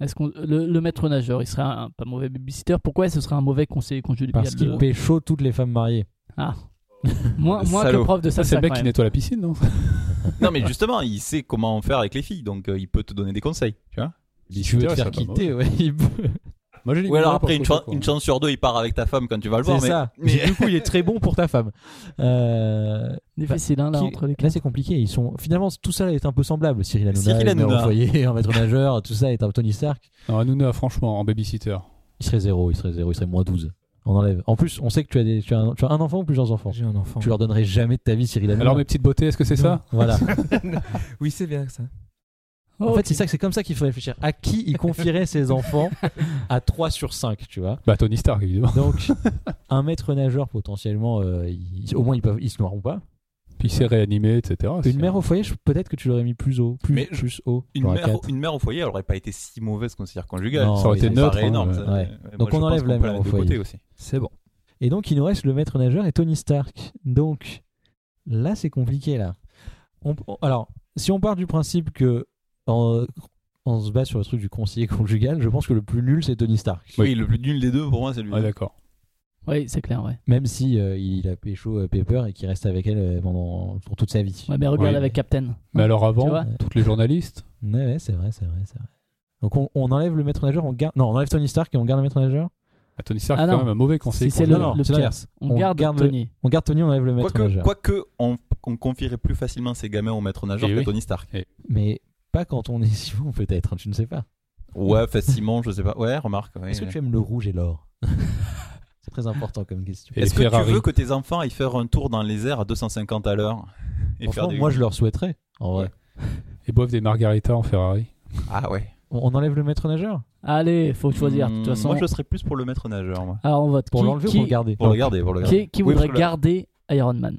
Speaker 4: Est-ce qu'on le, le maître nageur, il serait un pas mauvais babysitter. Pourquoi ce serait un mauvais conseiller conjugal
Speaker 3: Ah,
Speaker 1: Parce qu'il
Speaker 3: bah,
Speaker 4: de-
Speaker 1: pécho toutes les femmes mariées.
Speaker 4: Moins, moins que
Speaker 2: Salaud.
Speaker 4: prof de
Speaker 3: Ça,
Speaker 4: salsa.
Speaker 3: c'est le mec
Speaker 4: quand
Speaker 3: qui
Speaker 4: même.
Speaker 3: nettoie la piscine, non
Speaker 2: non, mais justement, il sait comment faire avec les filles, donc euh, il peut te donner des conseils. Tu vois
Speaker 1: Tu veux te faire quitter, ouais. il peut-
Speaker 3: Moi, j'ai dit
Speaker 2: Ou alors
Speaker 3: Moura
Speaker 2: après, une,
Speaker 3: pour
Speaker 2: chan-
Speaker 3: Coco,
Speaker 2: une
Speaker 3: quoi.
Speaker 2: chance sur deux, il part avec ta femme quand tu vas le voir.
Speaker 1: C'est
Speaker 2: mais-
Speaker 1: ça. [laughs]
Speaker 2: mais-
Speaker 1: Du coup, il est très bon pour ta femme. Euh,
Speaker 4: Difficile, hein, là,
Speaker 1: qui-
Speaker 4: entre les
Speaker 1: Là, c'est compliqué. Ils sont finalement tout ça est un peu semblable. Cyril Hanouna,
Speaker 2: Cyril
Speaker 1: Elmer
Speaker 2: Hanouna.
Speaker 1: Foyer, [laughs] un maître nageur, tout ça est un Tony Stark.
Speaker 3: Non, Hanouna, franchement, en babysitter.
Speaker 1: Il serait zéro, il serait zéro, il serait moins 12. On enlève. En plus, on sait que tu as, des, tu as, un, tu as un enfant ou plusieurs enfants.
Speaker 5: J'ai un enfant.
Speaker 1: Tu leur donnerais jamais de ta vie, Cyril Hanouna.
Speaker 3: Alors, mes petites beautés, est-ce que c'est ça
Speaker 1: Voilà.
Speaker 5: Oui, c'est bien ça.
Speaker 1: En fait, c'est ça, c'est comme ça qu'il faut réfléchir. À qui il confierait ses enfants à 3 sur 5, tu vois
Speaker 3: Bah, Tony Stark, évidemment.
Speaker 1: Donc, un maître nageur potentiellement, euh, il- au moins ils, peuvent, ils se noieront pas.
Speaker 3: Puis il s'est réanimé, etc. C'est-
Speaker 1: Une mère au foyer, je- peut-être que tu l'aurais mis plus haut, plus,
Speaker 2: Mais je-
Speaker 1: plus haut.
Speaker 2: Une
Speaker 1: genre à
Speaker 2: mère,
Speaker 1: quatre.
Speaker 2: une mère au foyer, elle aurait pas été si mauvaise conseillère conjugale.
Speaker 1: Non,
Speaker 3: Ça aurait
Speaker 1: oui,
Speaker 3: été
Speaker 1: ça
Speaker 2: me
Speaker 3: neutre.
Speaker 2: paraît
Speaker 3: hein,
Speaker 2: énorme,
Speaker 3: euh,
Speaker 2: ça.
Speaker 1: ouais.
Speaker 2: Ouais,
Speaker 1: Donc
Speaker 2: je
Speaker 1: on
Speaker 2: pense
Speaker 1: enlève
Speaker 2: qu'on
Speaker 1: la
Speaker 2: peut
Speaker 1: mère
Speaker 2: mettre
Speaker 1: au
Speaker 2: de côté
Speaker 1: foyer.
Speaker 2: aussi.
Speaker 1: C'est bon. Et donc, il nous reste le maître nageur et Tony Stark. Donc, là, c'est compliqué, là. On- on- alors, si on part du principe que en- on se base sur le truc du conseiller conjugal, je pense que le plus nul, c'est Tony Stark.
Speaker 2: Oui, le plus nul des deux pour moi, c'est lui.
Speaker 3: Ouais, Ah, d'accord.
Speaker 4: Oh, Oui, c'est clair, ouais.
Speaker 1: Même si euh, il a pécho euh, Pepper et qu'il reste avec elle euh, pendant, pour toute sa vie.
Speaker 4: Ouais, mais regarde
Speaker 3: Ouais.
Speaker 4: avec Captain.
Speaker 3: Mais alors,
Speaker 4: vois
Speaker 3: avant, toutes les journalistes.
Speaker 1: Ouais, ouais, c'est vrai, c'est vrai, c'est vrai. Donc, on, on enlève le maître nageur, on garde... Non, on enlève Tony Stark et on garde le maître nageur
Speaker 3: Ah, Tony Stark,
Speaker 4: Ah,
Speaker 3: est quand
Speaker 4: non.
Speaker 3: même un mauvais conseiller.
Speaker 4: Si c'est le,
Speaker 3: conjugal.
Speaker 1: non,
Speaker 4: le
Speaker 1: c'est
Speaker 4: pire,
Speaker 1: l'inverse.
Speaker 4: on,
Speaker 1: On
Speaker 4: garde,
Speaker 1: garde le-
Speaker 4: Tony.
Speaker 1: On garde Tony, on enlève le maître
Speaker 2: Quoique,
Speaker 1: nageur.
Speaker 2: quoique on, on confierait plus facilement ses gamins au maître nageur
Speaker 3: Eh
Speaker 2: que
Speaker 3: oui.
Speaker 2: Tony Stark.
Speaker 1: Mais pas quand on est [laughs] Simon, peut-être, hein, tu ne sais pas.
Speaker 2: Ouais, facilement, je sais pas. Ouais, remarque. ouais.
Speaker 1: Est-ce que tu aimes le rouge et l'or [laughs] C'est très important comme question.
Speaker 3: Et
Speaker 2: Est-ce
Speaker 3: les
Speaker 2: que
Speaker 3: Ferrari.
Speaker 2: tu veux que tes enfants aillent faire un tour dans les airs à 250 à l'heure et faire
Speaker 1: Franchement,
Speaker 2: des...
Speaker 1: moi, je leur souhaiterais, en vrai.
Speaker 2: Ouais.
Speaker 3: Et boivent des margaritas en Ferrari.
Speaker 2: Ah ouais.
Speaker 1: On on enlève le maître nageur
Speaker 4: Allez, faut choisir. De
Speaker 2: Hmm,
Speaker 4: toute façon,
Speaker 2: Moi, je serais plus pour le maître nageur, moi.
Speaker 4: alors on vote.
Speaker 1: Pour
Speaker 4: Qui-
Speaker 1: l'enlever ou
Speaker 4: qui-
Speaker 1: pour le garder
Speaker 2: Pour le garder, pour le garder.
Speaker 4: Qui, qui
Speaker 2: Oui,
Speaker 4: voudrait
Speaker 2: parce que là-
Speaker 4: garder Iron Man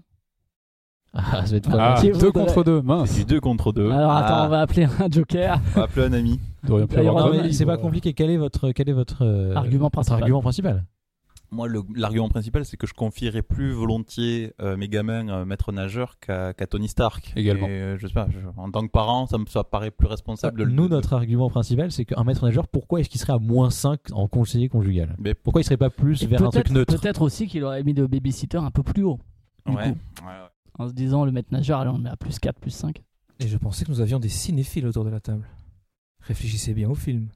Speaker 1: Ah, ça va être pas
Speaker 3: Ah,
Speaker 1: mal.
Speaker 4: Qui
Speaker 3: deux
Speaker 4: voudrait-
Speaker 3: contre deux, mince.
Speaker 2: C'est du 2 contre 2.
Speaker 4: Alors attends,
Speaker 1: Ah.
Speaker 4: on va appeler un Joker.
Speaker 2: va appeler un ami.
Speaker 3: Dorian Pire
Speaker 4: Iron
Speaker 1: Non,
Speaker 3: Gordon.
Speaker 1: mais
Speaker 4: Man,
Speaker 1: c'est pas compliqué. Quel est votre, quel est votre euh,
Speaker 4: Argument
Speaker 1: votre
Speaker 4: principal.
Speaker 1: argument principal
Speaker 2: Moi, le- l'argument principal, c'est que je confierais plus volontiers euh, mes gamins euh, maître nageur qu'à qu'à Tony Stark.
Speaker 3: Également.
Speaker 2: Et, euh, je sais pas, je- en tant que parent, ça me ça paraît plus responsable de le-
Speaker 1: Nous,
Speaker 2: de-
Speaker 1: notre argument principal, c'est qu'un maître nageur, pourquoi est-ce qu'il serait à moins 5 en conseiller conjugal
Speaker 2: Mais-
Speaker 1: Pourquoi il serait pas plus
Speaker 4: Et
Speaker 1: vers un truc
Speaker 4: peut-être
Speaker 1: neutre
Speaker 4: peut-être aussi qu'il aurait mis le babysitter un peu plus haut.
Speaker 2: Ouais.
Speaker 4: Du
Speaker 2: ouais.
Speaker 4: coup, en se disant, le maître nageur, allez, on le met à plus 4, plus 5.
Speaker 5: Et je pensais que nous avions des cinéphiles autour de la table. Réfléchissez bien au film.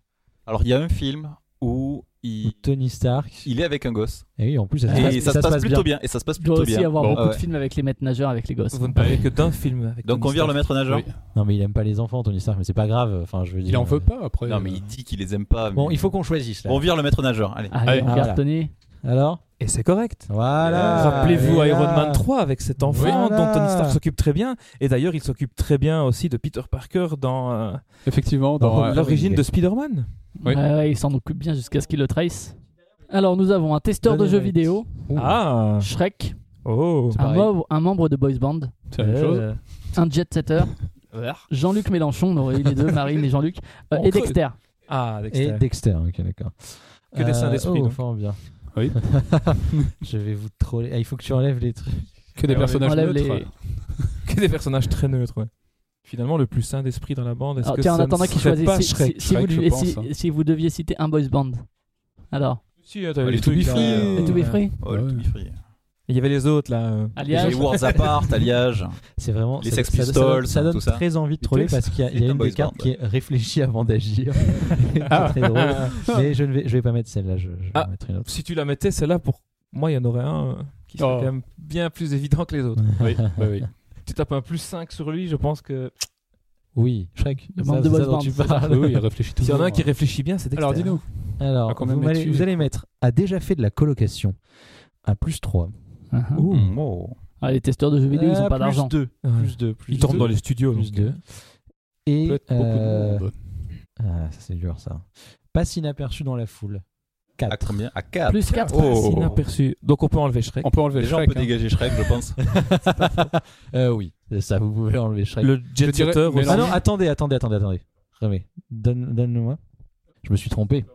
Speaker 2: Alors, il y a un film où il,
Speaker 1: Tony Stark.
Speaker 2: il est avec un gosse.
Speaker 1: Et oui, en plus, ça se
Speaker 2: Et,
Speaker 1: passe,
Speaker 2: ça, se passe, plutôt bien. Et ça se passe
Speaker 4: Il doit
Speaker 2: plutôt
Speaker 4: aussi
Speaker 2: bien.
Speaker 4: avoir
Speaker 3: Bon.
Speaker 4: beaucoup
Speaker 2: Ouais.
Speaker 4: de films avec les maîtres nageurs, avec les gosses.
Speaker 5: Vous ne parlez que d'un film avec
Speaker 2: Donc, on
Speaker 5: Tony
Speaker 2: vire le
Speaker 5: Stark.
Speaker 2: maître nageur.
Speaker 3: Ah, Oui.
Speaker 1: Non, mais il aime pas les enfants, Tony Stark, mais c'est pas grave. Enfin, je veux dire. euh,
Speaker 3: Il en veut pas après. euh,
Speaker 2: Non, mais il dit qu'il les aime pas. mais-
Speaker 1: Bon, il faut qu'on choisisse là.
Speaker 2: On vire le maître nageur. Allez.
Speaker 4: Allez,
Speaker 3: Allez,
Speaker 4: on garde
Speaker 1: voilà.
Speaker 4: Tony.
Speaker 1: Alors
Speaker 5: Et c'est correct.
Speaker 1: Voilà.
Speaker 2: Euh,
Speaker 5: Rappelez-vous
Speaker 1: Et
Speaker 2: Ah.
Speaker 5: Iron
Speaker 1: là.
Speaker 5: Man 3 avec cet enfant
Speaker 1: Voilà.
Speaker 5: dont Tony Stark s'occupe très bien. Et d'ailleurs, il s'occupe très bien aussi de Peter Parker dans euh,
Speaker 3: Effectivement, dans.
Speaker 1: Dans-
Speaker 3: euh,
Speaker 5: l'origine
Speaker 1: oui.
Speaker 5: de Spider-Man.
Speaker 3: Oui.
Speaker 4: Ouais, ouais, il s'en occupe bien jusqu'à ce qu'il le trahisse. Alors, nous avons un testeur de
Speaker 5: Donnez
Speaker 4: jeux
Speaker 5: la
Speaker 4: vidéo,
Speaker 1: Ouh.
Speaker 5: Ah
Speaker 4: Shrek,
Speaker 5: Oh
Speaker 4: un,
Speaker 1: pareil.
Speaker 4: membre- un membre de Boys Band,
Speaker 3: c'est
Speaker 1: euh,
Speaker 3: la même chose.
Speaker 1: [laughs]
Speaker 4: un jet-setter, Jean-Luc Mélenchon, on aurait eu les deux, Marine et Jean-Luc, euh, et
Speaker 5: creuse.
Speaker 4: Dexter.
Speaker 5: Ah,
Speaker 1: Et
Speaker 5: Dexter.
Speaker 1: Dexter, ok, d'accord.
Speaker 5: Que dessin d'esprit,
Speaker 1: Oh,
Speaker 5: donc.
Speaker 1: fort bien.
Speaker 3: Oui.
Speaker 1: [laughs] je vais vous troller. Ah, il faut que tu enlèves les trucs.
Speaker 3: Que des
Speaker 5: Ouais,
Speaker 3: personnages
Speaker 4: enlève
Speaker 3: neutres.
Speaker 4: les-
Speaker 5: [laughs] Que des personnages très neutres, ouais. Finalement, le plus sain d'esprit dans la bande, est-ce
Speaker 4: Alors,
Speaker 5: que
Speaker 4: Ah, tiens, en
Speaker 5: ça
Speaker 4: attendant
Speaker 5: ne
Speaker 4: qu'il
Speaker 5: serait
Speaker 4: choisisse,
Speaker 5: pas
Speaker 4: si,
Speaker 5: Shrek
Speaker 4: si- si vous,
Speaker 3: Shrek, je
Speaker 4: lui- si-
Speaker 3: pense, hein.
Speaker 4: si vous deviez citer un Boys Band, alors
Speaker 5: Si, euh, t'avais
Speaker 3: Les
Speaker 5: les
Speaker 3: To Be
Speaker 5: trucs, là,
Speaker 3: Free,
Speaker 5: euh,
Speaker 3: euh,
Speaker 4: Et To Be Free
Speaker 2: Oh, le
Speaker 3: Ouais.
Speaker 2: to be free.
Speaker 5: Il y avait les autres, là. euh.
Speaker 4: Alias
Speaker 2: Les Words Apart, Alliage.
Speaker 1: C'est vraiment.
Speaker 2: Les
Speaker 1: ça-
Speaker 2: Sex
Speaker 1: ça- ça-
Speaker 2: Pistols,
Speaker 1: Ça, donne
Speaker 2: tout ça.
Speaker 1: très envie de troller
Speaker 2: Beatles,
Speaker 1: parce qu'il y a, il y a
Speaker 2: c'est un
Speaker 1: une
Speaker 2: boys
Speaker 1: des cartes
Speaker 2: band.
Speaker 1: qui est réfléchie avant d'agir.
Speaker 4: [laughs]
Speaker 1: c'est très drôle.
Speaker 4: Ah.
Speaker 1: Mais je ne vais, je vais pas mettre celle-là. Je, je vais
Speaker 5: Ah.
Speaker 1: en mettre une autre.
Speaker 5: Si tu la mettais, celle-là, pour moi, il y en aurait un euh, qui serait
Speaker 3: Oh.
Speaker 5: quand même bien plus évident que les autres.
Speaker 3: Oui, bah oui.
Speaker 5: Tu tapes un plus 5 sur lui, je pense que.
Speaker 1: [laughs] Oui, Shrek.
Speaker 4: Le
Speaker 1: ça,
Speaker 4: membre
Speaker 1: c'est
Speaker 4: de
Speaker 1: ça
Speaker 4: boys
Speaker 1: dont
Speaker 4: band,
Speaker 1: tu
Speaker 4: c'est
Speaker 1: parles.
Speaker 3: Oui, oui, il réfléchit
Speaker 5: [laughs] S'il y en
Speaker 3: toujours,
Speaker 5: a un qui
Speaker 3: hein.
Speaker 5: réfléchit bien, c'est Dexter.
Speaker 3: Alors dis-nous.
Speaker 1: [laughs] Alors,
Speaker 3: Ah, quand même,
Speaker 1: vous, allez,
Speaker 3: là-dessus.
Speaker 1: vous allez mettre à déjà fait de la colocation à plus 3.
Speaker 4: Uh-huh.
Speaker 2: Hmm, oh.
Speaker 4: Ah, les testeurs de jeux vidéo,
Speaker 2: Euh,
Speaker 4: ils ont pas d'argent.
Speaker 1: Euh, Plus 2.
Speaker 5: Ouais.
Speaker 1: Plus 2. Plus
Speaker 5: Il tourne
Speaker 1: deux.
Speaker 5: dans les studios.
Speaker 1: Plus
Speaker 5: donc, euh,
Speaker 1: 2. Et.
Speaker 3: Peut-être beaucoup
Speaker 1: euh,
Speaker 3: de monde.
Speaker 1: Ah, ça c'est dur ça. Passe inaperçu dans la foule.
Speaker 2: À
Speaker 1: [laughs] 4.
Speaker 2: combien Ah, À 4.
Speaker 4: Plus 4.
Speaker 5: euh, passe
Speaker 2: Oh.
Speaker 5: inaperçu. Donc on peut enlever Shrek.
Speaker 3: On peut enlever
Speaker 2: Déjà, on
Speaker 3: Shrek,
Speaker 2: peut
Speaker 3: hein.
Speaker 2: dégager Shrek, je pense.
Speaker 1: euh, oui, c'est ça, vous pouvez enlever Shrek.
Speaker 5: Le
Speaker 3: Je
Speaker 5: jet
Speaker 3: dirais-
Speaker 5: setter
Speaker 3: mais
Speaker 5: aussi.
Speaker 1: Ah non,
Speaker 3: non.
Speaker 1: attendez, attendez, attendez, attendez. Remets. Donne- Donne-le-moi. je me suis trompé.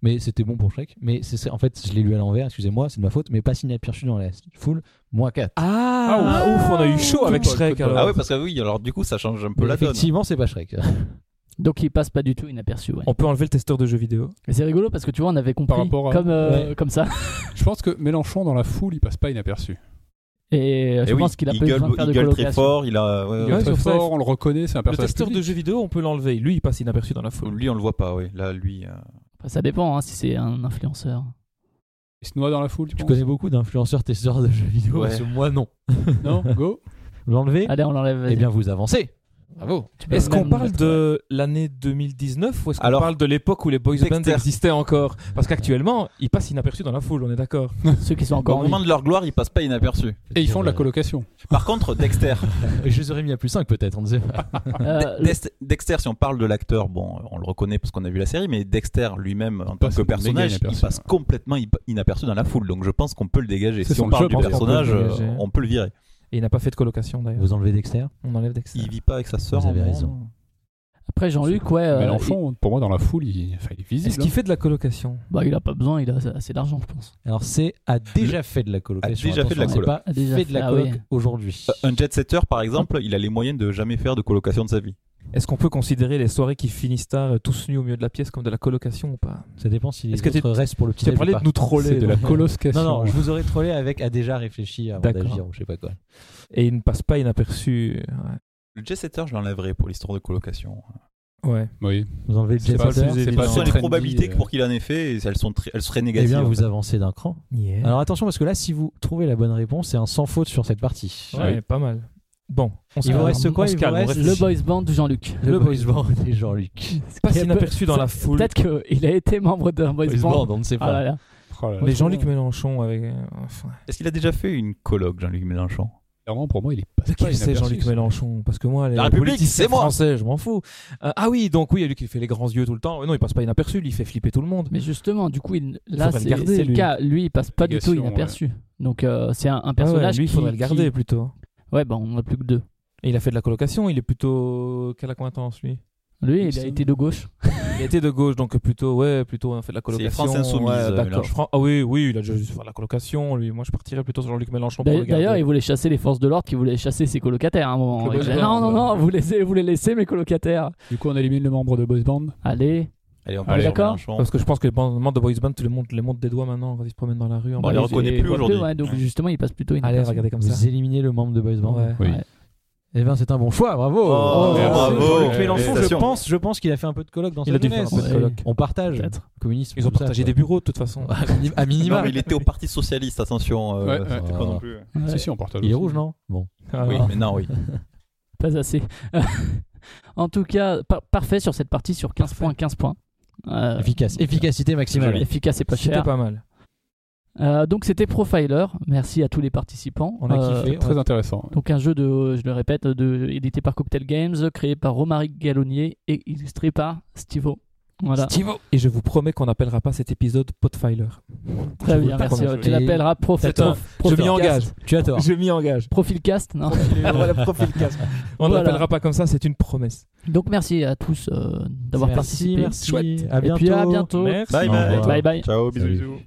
Speaker 1: mais c'était bon pour chaque. Mais c'est ça- en fait, je l'ai lu à l'envers, excusez-moi, c'est de ma faute, mais pas signé Pierre dans la foule, moins 4.
Speaker 5: Ah,
Speaker 4: Ah,
Speaker 5: ouf, on a eu chaud avec
Speaker 3: Paul,
Speaker 5: Shrek.
Speaker 3: Paul,
Speaker 5: alors.
Speaker 3: Paul.
Speaker 2: Ah oui, parce que oui, alors du coup, ça change un peu la donne.
Speaker 1: effectivement, c'est pas Shrek. [laughs]
Speaker 4: Donc il passe pas du tout inaperçu. Ouais.
Speaker 5: On peut enlever le testeur de jeux vidéo.
Speaker 4: Mais C'est rigolo parce que tu vois, on avait
Speaker 3: Par
Speaker 4: compris
Speaker 3: rapport à-
Speaker 4: comme, euh, comme ça.
Speaker 3: Je pense que Mélenchon dans la foule, il passe pas inaperçu.
Speaker 4: Et euh, je
Speaker 2: Eh oui,
Speaker 4: pense qu'il a
Speaker 2: il
Speaker 4: pas eu
Speaker 2: gueule,
Speaker 4: besoin de faire
Speaker 2: il
Speaker 4: de
Speaker 2: gueule très
Speaker 4: colocation.
Speaker 2: fort, il a. ouais,
Speaker 3: Il
Speaker 2: ouais.
Speaker 3: est
Speaker 5: ouais,
Speaker 3: très
Speaker 5: sur ça,
Speaker 3: fort, on le reconnaît, c'est un
Speaker 5: Le
Speaker 3: personnage.
Speaker 5: testeur de
Speaker 3: public.
Speaker 5: jeux vidéo, on peut l'enlever. Lui, il passe inaperçu dans la foule.
Speaker 2: Lui, on le voit pas, oui. Là, lui. euh,
Speaker 4: Après, ça dépend hein, si c'est un influenceur.
Speaker 3: Il se noie dans la foule, tu
Speaker 1: Je
Speaker 3: penses
Speaker 1: connais beaucoup d'influenceurs testeurs de jeux vidéo,
Speaker 2: Ouais.
Speaker 1: parce que moi non.
Speaker 3: Non,
Speaker 5: [laughs]
Speaker 3: go.
Speaker 1: Vous l'enlevez
Speaker 4: Allez, on l'enlève. vas-y.
Speaker 1: Eh bien, vous avancez. Bravo.
Speaker 4: Tu peux
Speaker 5: Est-ce
Speaker 4: même
Speaker 5: qu'on
Speaker 4: nous
Speaker 5: parle
Speaker 4: mettre, euh,
Speaker 5: de l'année 2019 ou est-ce qu'on
Speaker 2: Alors,
Speaker 5: parle de l'époque où les boys bands
Speaker 2: Dexter.
Speaker 5: existaient encore Parce qu'actuellement, ils passent inaperçus dans la foule, on est d'accord.
Speaker 4: euh, ceux qui sont encore
Speaker 2: au
Speaker 4: en
Speaker 2: moment
Speaker 4: vie.
Speaker 2: de leur gloire, ils passent pas inaperçus.
Speaker 3: Et ils font de
Speaker 5: Euh,
Speaker 3: la colocation.
Speaker 2: Par contre, Dexter.
Speaker 1: euh, Je les aurais mis à plus 5 peut-être, on ne sait pas.
Speaker 2: [laughs]
Speaker 4: Euh, le-
Speaker 2: Dex- Dexter, si on parle de l'acteur, bon, on le reconnaît parce qu'on a vu la série, mais Dexter lui-même, en tant
Speaker 3: passe
Speaker 2: que personnage,
Speaker 3: méga
Speaker 2: il
Speaker 3: inaperçu.
Speaker 2: passe complètement i- inaperçu dans la foule. Donc je pense qu'on peut le dégager.
Speaker 3: C'est
Speaker 2: Si on
Speaker 3: son
Speaker 2: parle
Speaker 3: job,
Speaker 2: du
Speaker 3: en fait, on peut le
Speaker 2: personnage, euh,
Speaker 5: dégager.
Speaker 2: on peut le virer.
Speaker 5: Et il n'a pas fait de colocation d'ailleurs.
Speaker 1: Vous enlevez Dexter
Speaker 5: On enlève Dexter.
Speaker 2: Il vit pas avec sa sœur.
Speaker 1: Vous
Speaker 2: en
Speaker 1: avez
Speaker 2: moins.
Speaker 1: raison.
Speaker 4: Après, Jean-Luc, ouais. euh,
Speaker 3: Mélenchon, pour moi, dans la foule, il, enfin, il est visible. hein.
Speaker 5: Est-ce qu'il fait de la colocation
Speaker 4: il- bah, il a pas besoin, il a assez d'argent, je pense.
Speaker 1: Alors, c'est a déjà fait de la colocation.
Speaker 2: A déjà fait de la
Speaker 1: attention,
Speaker 2: colo.
Speaker 1: c'est
Speaker 4: A
Speaker 1: pas
Speaker 4: déjà
Speaker 1: fait de
Speaker 4: fait,
Speaker 1: la
Speaker 4: ah
Speaker 1: coloc
Speaker 4: oui.
Speaker 1: aujourd'hui.
Speaker 2: Euh, Un jet setter, par exemple, il a les moyens de jamais faire de colocation de sa vie.
Speaker 5: Est-ce qu'on peut considérer les soirées qui finissent tard euh, tous nus au milieu de la pièce comme de la colocation ou pas
Speaker 1: Ça dépend si les
Speaker 5: Est-ce que t'es-
Speaker 1: autres restent pour le petit
Speaker 5: Tu as
Speaker 1: déj ou
Speaker 5: parlé
Speaker 1: pas.
Speaker 5: de nous troller.
Speaker 3: C'est de la
Speaker 5: donc.
Speaker 3: coloscation.
Speaker 1: [laughs] Non, non, je vous aurais trollé avec a déjà réfléchi avant
Speaker 5: D'accord.
Speaker 1: d'agir ou je sais pas quoi.
Speaker 5: Et il ne passe pas inaperçu. euh,
Speaker 2: Le jet setter, je l'enlèverai pour l'histoire de colocation.
Speaker 5: Ouais. Ouais.
Speaker 3: Oui.
Speaker 1: Vous enlevez le
Speaker 3: C'est
Speaker 1: jet
Speaker 3: pas le
Speaker 1: setter,
Speaker 3: plus
Speaker 1: c'est
Speaker 3: évident.
Speaker 1: pas-
Speaker 2: Quelles sont les
Speaker 3: trendy,
Speaker 2: probabilités
Speaker 3: euh.
Speaker 2: que pour qu'il en ait fait et Elles, sont très- elles seraient
Speaker 1: Eh
Speaker 2: négatives.
Speaker 1: bien,
Speaker 2: en
Speaker 1: vous
Speaker 2: fait.
Speaker 1: avancez d'un cran.
Speaker 5: Yeah.
Speaker 1: Alors attention parce que là, si vous trouvez la bonne réponse, c'est un sans faute sur cette partie.
Speaker 5: Ouais, pas mal. Bon, on se
Speaker 1: Il vous
Speaker 4: Euh,
Speaker 5: calme.
Speaker 1: reste quoi
Speaker 5: On
Speaker 1: Il
Speaker 5: se
Speaker 1: vous
Speaker 5: calme, on
Speaker 1: reste
Speaker 5: réfléchit.
Speaker 4: Le boys band de Jean-Luc.
Speaker 1: Le, boys band et Jean-Luc.
Speaker 5: Passe
Speaker 4: Il y a peu-
Speaker 5: inaperçu dans
Speaker 4: ça-
Speaker 5: la foule.
Speaker 4: Peut-être qu'il a été membre d'un boys,
Speaker 1: Boys
Speaker 4: band.
Speaker 1: band, on ne sait
Speaker 4: Ah là
Speaker 1: pas.
Speaker 4: là.
Speaker 3: Oh là là.
Speaker 5: Mais Jean-Luc Mélenchon avec. euh, Enfin,
Speaker 2: Est-ce qu'il a déjà fait une colloque, Jean-Luc Mélenchon
Speaker 3: Clairement, pour moi, il est pas.
Speaker 5: de qui
Speaker 3: pas
Speaker 5: c'est Jean-Luc
Speaker 3: inaperçu.
Speaker 5: Mélenchon Parce que moi, les
Speaker 2: La République,
Speaker 5: politiciens
Speaker 2: c'est moi.
Speaker 5: français, je m'en fous. Euh, ah oui, donc oui, lui qui fait les grands yeux tout le temps. Non, il passe pas inaperçu, lui, il fait flipper tout le monde. Ah
Speaker 4: Mais justement, du coup, il- là,
Speaker 5: Faudrait le
Speaker 4: c'est
Speaker 5: garder,
Speaker 4: c'est le
Speaker 5: lui.
Speaker 4: cas. Lui, il passe pas du tout
Speaker 3: Obligation,
Speaker 4: inaperçu. Donc, euh, c'est un, un
Speaker 5: Ah ouais,
Speaker 4: personnage.
Speaker 5: lui, il
Speaker 4: qui-
Speaker 5: faudrait le
Speaker 4: qui-
Speaker 5: garder plutôt. hein.
Speaker 4: Ouais, bah, on en a plus que deux.
Speaker 5: Et il a fait de la colocation, il est plutôt. Quelle accointance, lui
Speaker 4: Lui, il a
Speaker 5: Absolument.
Speaker 4: été de gauche.
Speaker 5: Il était de gauche, donc plutôt, ouais, plutôt, on fait de la colocation.
Speaker 2: France Insoumise,
Speaker 5: ouais,
Speaker 2: euh,
Speaker 5: d'accord.
Speaker 2: Mélenchon.
Speaker 5: Fran- Ah oui, oui, il a déjà dû faire de la colocation, lui. Moi, je partirais plutôt sur Jean-Luc Mélenchon pour le
Speaker 4: D'ailleurs,
Speaker 5: garder.
Speaker 4: d'ailleurs, il voulait chasser les forces de l'ordre qui voulaient chasser ses colocataires hein, à un moment.
Speaker 3: Le
Speaker 4: Il
Speaker 3: boys
Speaker 4: disait, non,
Speaker 3: band.
Speaker 4: non, non, vous les, vous les laissez, mes colocataires.
Speaker 3: Du coup, on élimine le membre de Boys Band.
Speaker 4: Allez.
Speaker 1: Ah,
Speaker 2: Allez, on
Speaker 3: Allez,
Speaker 2: parle de
Speaker 4: d'accord.
Speaker 2: Mélenchon.
Speaker 5: Parce que je pense que les membres de Boys Band, tout le monde les monte des doigts maintenant quand ils se promènent dans la rue. en
Speaker 2: Bon, on les
Speaker 5: bas.
Speaker 4: Bah,
Speaker 2: reconnaît
Speaker 4: et-
Speaker 2: plus
Speaker 4: et-
Speaker 2: aujourd'hui.
Speaker 4: ouais, donc, justement, il passe plutôt
Speaker 5: Allez,
Speaker 4: inaperçu.
Speaker 5: regardez comme ça.
Speaker 1: Vous éliminez le membre de boys band.
Speaker 5: Ouais.
Speaker 3: Oui.
Speaker 1: Eh bien, c'est un bon choix, bravo.
Speaker 2: Oh,
Speaker 3: merci. bravo.
Speaker 1: Jean-Luc Mélenchon, je
Speaker 2: Félicitations.
Speaker 1: pense, je pense qu'il a fait un peu de colloque dans
Speaker 5: Il
Speaker 1: sa
Speaker 5: a dû faire un
Speaker 1: jeunesse.
Speaker 5: peu de
Speaker 4: Ouais.
Speaker 5: colloque.
Speaker 1: On partage.
Speaker 4: Peut-être.
Speaker 1: Communisme.
Speaker 5: Ils ont
Speaker 1: tout ça,
Speaker 5: partagé
Speaker 1: quoi.
Speaker 5: des bureaux de toute façon.
Speaker 1: À minim- [laughs] à
Speaker 2: Non,
Speaker 1: minima.
Speaker 2: mais il était au Parti Socialiste, attention. euh,
Speaker 3: Ouais, ouais.
Speaker 2: c'était pas non plus.
Speaker 4: Ouais.
Speaker 3: Si, si, on partage.
Speaker 1: Il est
Speaker 3: aussi.
Speaker 1: rouge, non Bon.
Speaker 2: Oui,
Speaker 5: Ah.
Speaker 2: mais non, oui.
Speaker 4: Pas assez. [laughs] en tout cas, par- parfait sur cette partie, sur 15 points, 15 points. Euh,
Speaker 1: Efficace. Efficacité maximale.
Speaker 4: efficace et pas
Speaker 5: C'était
Speaker 4: cher.
Speaker 5: pas mal.
Speaker 4: Euh, donc c'était Profiler. Merci à tous les participants. Euh,
Speaker 1: On a kiffé.
Speaker 3: Très intéressant.
Speaker 4: Donc un jeu de, je le répète, de, édité par Cocktail Games, créé par Romaric Gallonnier et illustré par Stivo. Voilà.
Speaker 5: Et je vous promets qu'on n'appellera pas cet épisode Podfiler.
Speaker 4: Très
Speaker 5: Je vous
Speaker 4: bien,
Speaker 5: le
Speaker 4: merci.
Speaker 5: promets.
Speaker 4: Tu l'appelleras Profil.
Speaker 5: Attends, Je m'y engage.
Speaker 1: Tu as tort.
Speaker 5: Je m'y [laughs] engage.
Speaker 4: Profilcast, non
Speaker 5: voilà, profil casque. On ne
Speaker 4: Voilà.
Speaker 5: l'appellera pas comme ça, c'est une promesse.
Speaker 4: Donc merci à tous euh, d'avoir
Speaker 1: Merci,
Speaker 4: participé.
Speaker 1: merci. À
Speaker 4: Et puis à bientôt.
Speaker 5: Merci.
Speaker 2: Bye
Speaker 1: Au
Speaker 2: bye.
Speaker 1: revoir.
Speaker 4: Bye bye.
Speaker 2: Ciao, bisous,
Speaker 1: Salut.
Speaker 2: bisous.